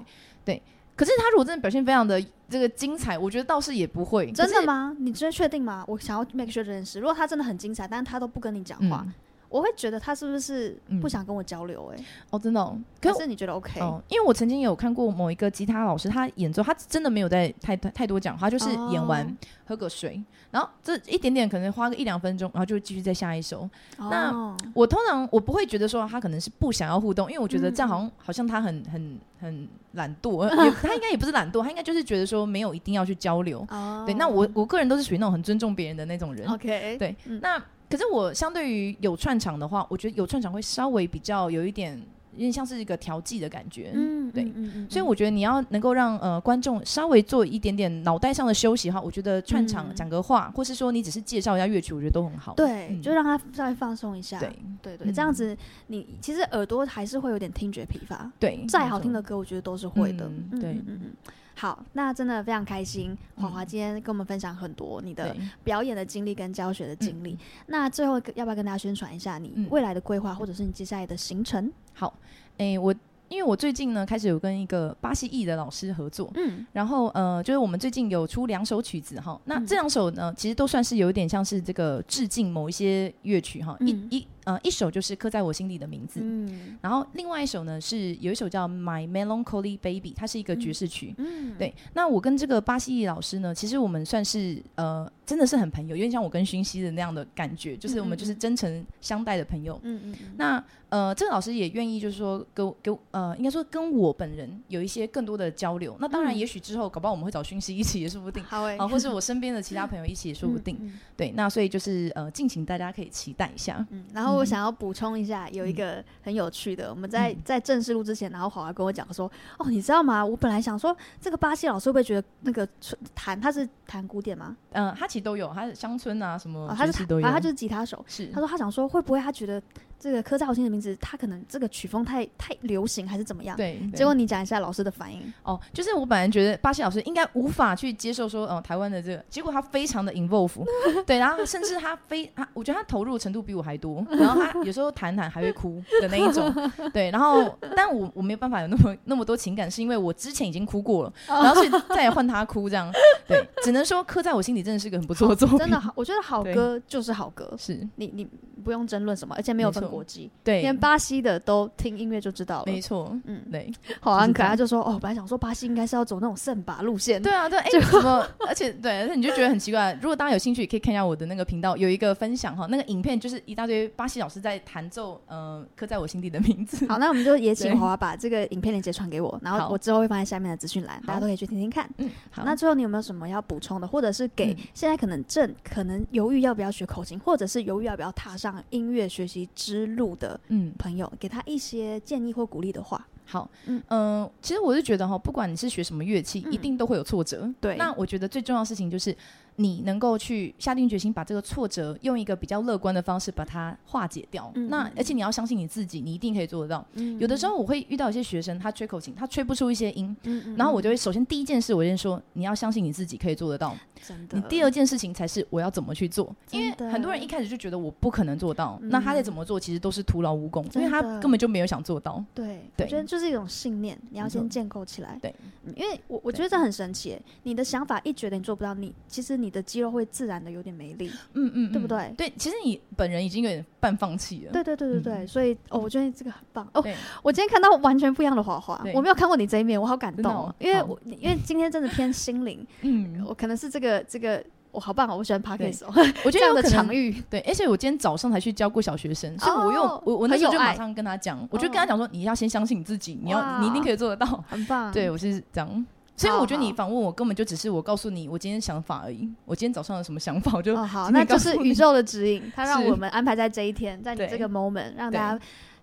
Speaker 2: 尾。可是他如果真的表现非常的这个精彩，我觉得倒是也不会。
Speaker 1: 真
Speaker 2: 可
Speaker 1: 的
Speaker 2: 是？
Speaker 1: 吗？你真的确定吗？我想要 make sure 这件事。如果他真的很精彩，但是他都不跟你讲话，
Speaker 2: 嗯，
Speaker 1: 我会觉得他是不是不
Speaker 2: 嗯
Speaker 1: 想跟我交流、欸？哎、
Speaker 2: 哦，真的、哦。可
Speaker 1: 可
Speaker 2: 是
Speaker 1: 是你觉得 OK？、
Speaker 2: 哦，因为我曾经有看过某一个吉他老师，他演奏，他真的没有在太太太多讲话，就是演完、
Speaker 1: 哦
Speaker 2: 喝个水，然后这一点点可能花个一两分钟，然后就继续再下一首。那
Speaker 1: 哦
Speaker 2: 我通常我不会觉得说他可能是不想要互动，因为我觉得
Speaker 1: 嗯
Speaker 2: 这样好像、好像他很很很懒惰，呃也他应该也不是懒惰，他应该就是觉得说没有一定要去交流。
Speaker 1: 哦
Speaker 2: 对，那我我个人都是属于那种很尊重别人的那种人。
Speaker 1: OK
Speaker 2: 对
Speaker 1: 嗯
Speaker 2: 那可是我相对于有串场的话，我觉得有串场会稍微比较有一点，有点像是一个调剂的感觉。
Speaker 1: 嗯
Speaker 2: 对
Speaker 1: 嗯嗯嗯
Speaker 2: 所以我觉得你要能够让呃观众稍微做一点点脑袋上的休息哈，我觉得串场
Speaker 1: 嗯
Speaker 2: 讲个话，或是说你只是介绍一下乐曲，我觉得都很好。
Speaker 1: 对、
Speaker 2: 嗯
Speaker 1: 就让他稍微放松一下。
Speaker 2: 对
Speaker 1: 对对，
Speaker 2: 嗯
Speaker 1: 这样子你其实耳朵还是会有点听觉疲乏。
Speaker 2: 对，
Speaker 1: 再好听的歌，我觉得都是会的。
Speaker 2: 嗯
Speaker 1: 嗯
Speaker 2: 对
Speaker 1: 嗯嗯嗯。好，那真的非常开心，华华
Speaker 2: 嗯
Speaker 1: 今天跟我们分享很多你
Speaker 2: 没
Speaker 1: 的
Speaker 2: 错，对
Speaker 1: 表演的经历跟教学的经历。 那最后要不要跟大家宣传一下你
Speaker 2: 嗯
Speaker 1: 未来的规划，或者是你接下来的行程？
Speaker 2: 好，诶，我因为我最近呢开始有跟一个巴西裔的老师合作，
Speaker 1: 嗯，
Speaker 2: 然后呃，就是我们最近有出两首曲子哈，那
Speaker 1: 嗯
Speaker 2: 这两首呢，其实都算是有一点像是这个致敬某一些乐曲哈，
Speaker 1: 嗯
Speaker 2: 一一呃一首就是刻在我心里的名字，
Speaker 1: 嗯
Speaker 2: 然后另外一首呢是有一首叫 My Melancholy Baby，它是一个爵士曲。
Speaker 1: 嗯，
Speaker 2: 对，那我跟这个巴西裔老师呢，其实我们算是呃，真的是很朋友，有点像我跟勋熙的那样的感觉，就是我们就是
Speaker 1: 嗯嗯嗯
Speaker 2: 真诚相待的朋友。
Speaker 1: 嗯，嗯嗯，
Speaker 2: 那呃，这个老师也愿意，就是说跟跟呃，应该说跟我本人有一些更多的交流。那当然，
Speaker 1: 嗯
Speaker 2: 也许之后搞不好我们会找勋熙一起也说 不定，
Speaker 1: 好诶，欸
Speaker 2: 啊，或是我身边的其他朋友一起也说不定。
Speaker 1: 嗯。嗯
Speaker 2: 对，那所以就是呃，敬请大家可以期待一下。
Speaker 1: 嗯，然后我
Speaker 2: 嗯
Speaker 1: 想要补充一下，有一个很有趣的，我们在在正式录之前，然后华华跟我讲说，哦，你知道吗？我本来想说，这个巴西老师会不会觉得那个吹弹他是弹古典吗？
Speaker 2: 嗯、他其实都有，他是乡村啊，什么
Speaker 1: 哦，他是
Speaker 2: 爵士
Speaker 1: 弹，
Speaker 2: 都嗯有，
Speaker 1: 反正他就是吉他手。
Speaker 2: 是
Speaker 1: 他说他想说，会不会他觉得这个柯在豪星的名字，他可能这个曲风太太流行还是怎么样？
Speaker 2: 对，对
Speaker 1: 结果你讲一下老师的反应。
Speaker 2: 哦，就是我本来觉得巴西老师应该无法去接受说，哦、台湾的这个，结果他非常的 involve，对，然后甚至他非他，我觉得他投入程度比我还多，然后他有时候谈谈还会哭的那一种， 对，然后但我我没有办法有那么那么多情感，是因为我之前已经哭过了，
Speaker 1: 哦
Speaker 2: 然后所以 再也换他哭这样，对，只能说刻在我心里真的是个很不错的作品，
Speaker 1: 真的好，我觉得好歌就是好歌，
Speaker 2: 是
Speaker 1: 你你不用争论什么，而且没有分
Speaker 2: 没错
Speaker 1: 国籍，
Speaker 2: 对
Speaker 1: 连，巴西的都听音乐就知道了
Speaker 2: 没。错，
Speaker 1: 嗯，
Speaker 2: 对。
Speaker 1: 好啊，
Speaker 2: 就是
Speaker 1: 很可
Speaker 2: 这
Speaker 1: 爱。
Speaker 2: 样
Speaker 1: 他就说哦，本来想说巴西应该是要走那种圣拔路线，
Speaker 2: 对啊，对，哎、怎么？而且对，而且你就觉得很奇怪。如果大家有兴趣，也可以看一下我的那个频道，有一个分享哈，那个影片就是一大堆巴西老师在弹奏，呃，刻在我心底的名字。
Speaker 1: 好，那我们就也
Speaker 2: 对
Speaker 1: 请华华把这个影片链接传给我，然后
Speaker 2: 好
Speaker 1: 我之后会放在下面的资讯栏，
Speaker 2: 好
Speaker 1: 大家都可以去听听看。
Speaker 2: 嗯，好，
Speaker 1: 那最后你有没有什么要补充的，或者是给
Speaker 2: 嗯
Speaker 1: 现在可能正可能犹豫要不要学口琴，或者是犹豫要不要踏上音乐学习之路的
Speaker 2: 嗯，
Speaker 1: 朋友，给他一些建议或鼓励的话？
Speaker 2: 好，
Speaker 1: 嗯
Speaker 2: 嗯、其实我是觉得哈，不管你是学什么乐器，
Speaker 1: 嗯
Speaker 2: 一定都会有挫折。
Speaker 1: 对
Speaker 2: 那我觉得最重要的事情就是你能够去下定决心，把这个挫折用一个比较乐观的方式把它化解掉。
Speaker 1: 嗯
Speaker 2: 那
Speaker 1: 嗯
Speaker 2: 而且你要相信你自己，你一定可以做得到。
Speaker 1: 嗯
Speaker 2: 有的时候我会遇到一些学生，他吹口琴，他吹不出一些音，
Speaker 1: 嗯，嗯
Speaker 2: 然后我就会首先第一件事，我先说你要相信你自己可以做得到。
Speaker 1: 真的，
Speaker 2: 你第二件事情才是我要怎么去做，因为
Speaker 1: 真的嗯
Speaker 2: 很多人一开始就觉得我不可能做到，那他再怎么做其实都是徒劳无功，因
Speaker 1: 真的
Speaker 2: 为他根本就没有想做到。
Speaker 1: 对，我
Speaker 2: 对
Speaker 1: 觉得就是一种信念，你要
Speaker 2: 没错
Speaker 1: 先建构起来。
Speaker 2: 对
Speaker 1: 嗯，因为我我觉得这很神奇耶，你的想法一觉得你做不到，你其实你的肌肉会自然的有点没力。
Speaker 2: 嗯嗯，嗯
Speaker 1: 对不对
Speaker 2: 对，其实你本人已经有点半放弃了。
Speaker 1: 对对对对对，所以哦，我觉得这个很棒哦。
Speaker 2: 嗯对，
Speaker 1: 我今天看到完全不一样的华华
Speaker 2: 对，
Speaker 1: 我没有看过你这一面，我好感
Speaker 2: 真的
Speaker 1: 动哦
Speaker 2: 哦，
Speaker 1: 因为
Speaker 2: 好
Speaker 1: 我因为今天真的偏心灵，
Speaker 2: 嗯，
Speaker 1: 我可能是这个这个我好棒哦，我喜欢 podcast 哦，
Speaker 2: 我
Speaker 1: 这
Speaker 2: 觉得
Speaker 1: 样
Speaker 2: 有
Speaker 1: 的
Speaker 2: 可
Speaker 1: 场
Speaker 2: 能
Speaker 1: 域，
Speaker 2: 对，而且我今天早上才去教过小学生，所以我又
Speaker 1: 哦
Speaker 2: 我我那
Speaker 1: 很
Speaker 2: 时候
Speaker 1: 有
Speaker 2: 就马
Speaker 1: 爱嗯
Speaker 2: 上跟他讲，我就跟他讲说，你要先相信你自己，你要你一定
Speaker 1: 哇
Speaker 2: 可以做得到。
Speaker 1: 很棒。
Speaker 2: 对，我是这样。所以
Speaker 1: 好
Speaker 2: 我觉得你
Speaker 1: 好
Speaker 2: 访问我根本就只是我告诉你我今天想法而已，我今天早上有什么想法，我就
Speaker 1: 哦，好，
Speaker 2: 今
Speaker 1: 那
Speaker 2: 天
Speaker 1: 就
Speaker 2: 告
Speaker 1: 是
Speaker 2: 诉
Speaker 1: 宇
Speaker 2: 你
Speaker 1: 宙的指 引，它让
Speaker 2: 是
Speaker 1: 我们安排在这一天，在你
Speaker 2: 对
Speaker 1: 这个 moment，让
Speaker 2: 对
Speaker 1: 大家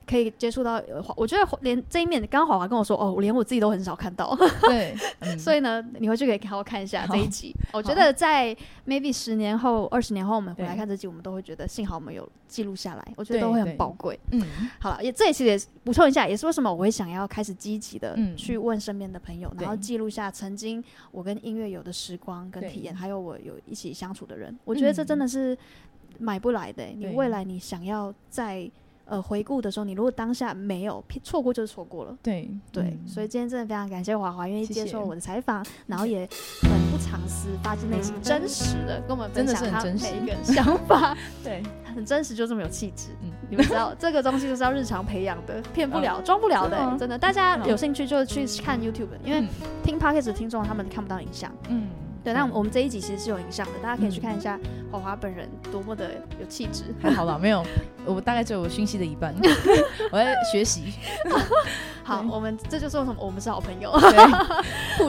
Speaker 1: 可以接触到呃华。我觉得连这一面，刚刚华华跟我说，哦，我连我自己都很少看到，
Speaker 2: 对，嗯
Speaker 1: 所以呢，你回去可以好好看一下
Speaker 2: 好
Speaker 1: 这一集。我觉
Speaker 2: 好
Speaker 1: 得在 maybe 十年后、二十年后，我们回来
Speaker 2: 对
Speaker 1: 看这集，我们都会觉得幸好我们有记录下来，我觉得
Speaker 2: 对
Speaker 1: 都会很
Speaker 2: 对
Speaker 1: 宝贵。
Speaker 2: 嗯，
Speaker 1: 好了，也这一期也是补充一下，也是为什么我会想要开始积极的
Speaker 2: 嗯
Speaker 1: 去问身边的朋友，
Speaker 2: 对
Speaker 1: 然后记录下曾经我跟音乐有的时光跟
Speaker 2: 对嗯
Speaker 1: 体验，还有我有一起相处的人。我觉得这真的是买不来的欸、你
Speaker 2: 对
Speaker 1: 未来你想要在呃回顾的时候，你如果当下没有屁错过，就是错过了。
Speaker 2: 对嗯
Speaker 1: 对，所以今天真的非常感谢华华愿意
Speaker 2: 谢谢嗯
Speaker 1: 接受我的采访，然后也很不藏私，发自内心真实的跟我们分
Speaker 2: 真的
Speaker 1: 享
Speaker 2: 是很
Speaker 1: 他每
Speaker 2: 真实
Speaker 1: 一个想法。
Speaker 2: 对，
Speaker 1: 很真实，就这么有气质。
Speaker 2: 嗯
Speaker 1: 你们知道这个东西就是要日常培养的，骗不了、装不了的、
Speaker 2: 真的吗
Speaker 1: 真的。大家
Speaker 2: 好
Speaker 1: 有兴趣就去看 YouTube，因为
Speaker 2: 嗯
Speaker 1: 听 Podcast 的听众他们看不到影像。
Speaker 2: 嗯，
Speaker 1: 对，那我们我们这一集其实是有影像的，大家可以去
Speaker 2: 嗯
Speaker 1: 看一下华华本人多么的有气质。
Speaker 2: 太嗯好了，没有，我大概只有讯息的一 半，我在学习，
Speaker 1: 好，
Speaker 2: 对
Speaker 1: 我们这就是为什么我们是好朋友。
Speaker 2: 对，互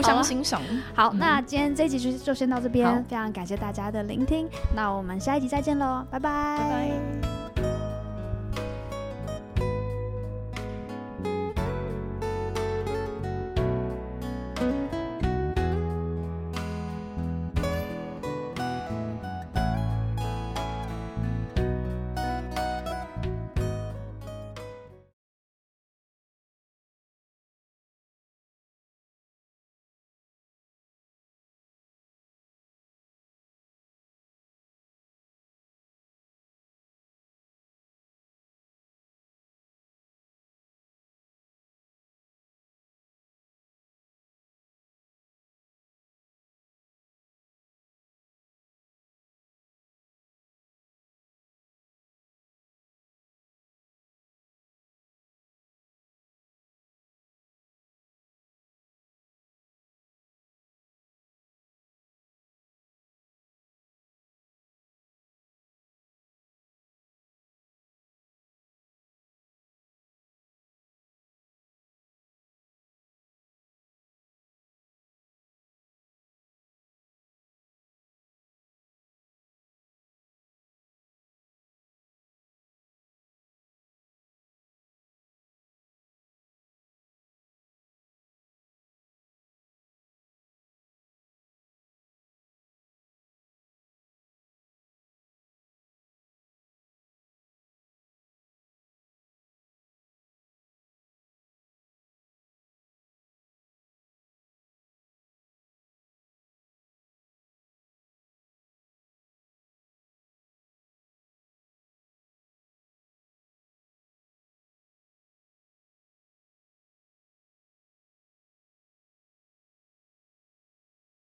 Speaker 1: 好啊
Speaker 2: 相欣赏，
Speaker 1: 好，
Speaker 2: 嗯
Speaker 1: 那今天这一集就就先到这
Speaker 2: 好
Speaker 1: 啊边，非常感谢大家的聆听，那我们下一集再见喽，拜拜
Speaker 2: 拜拜。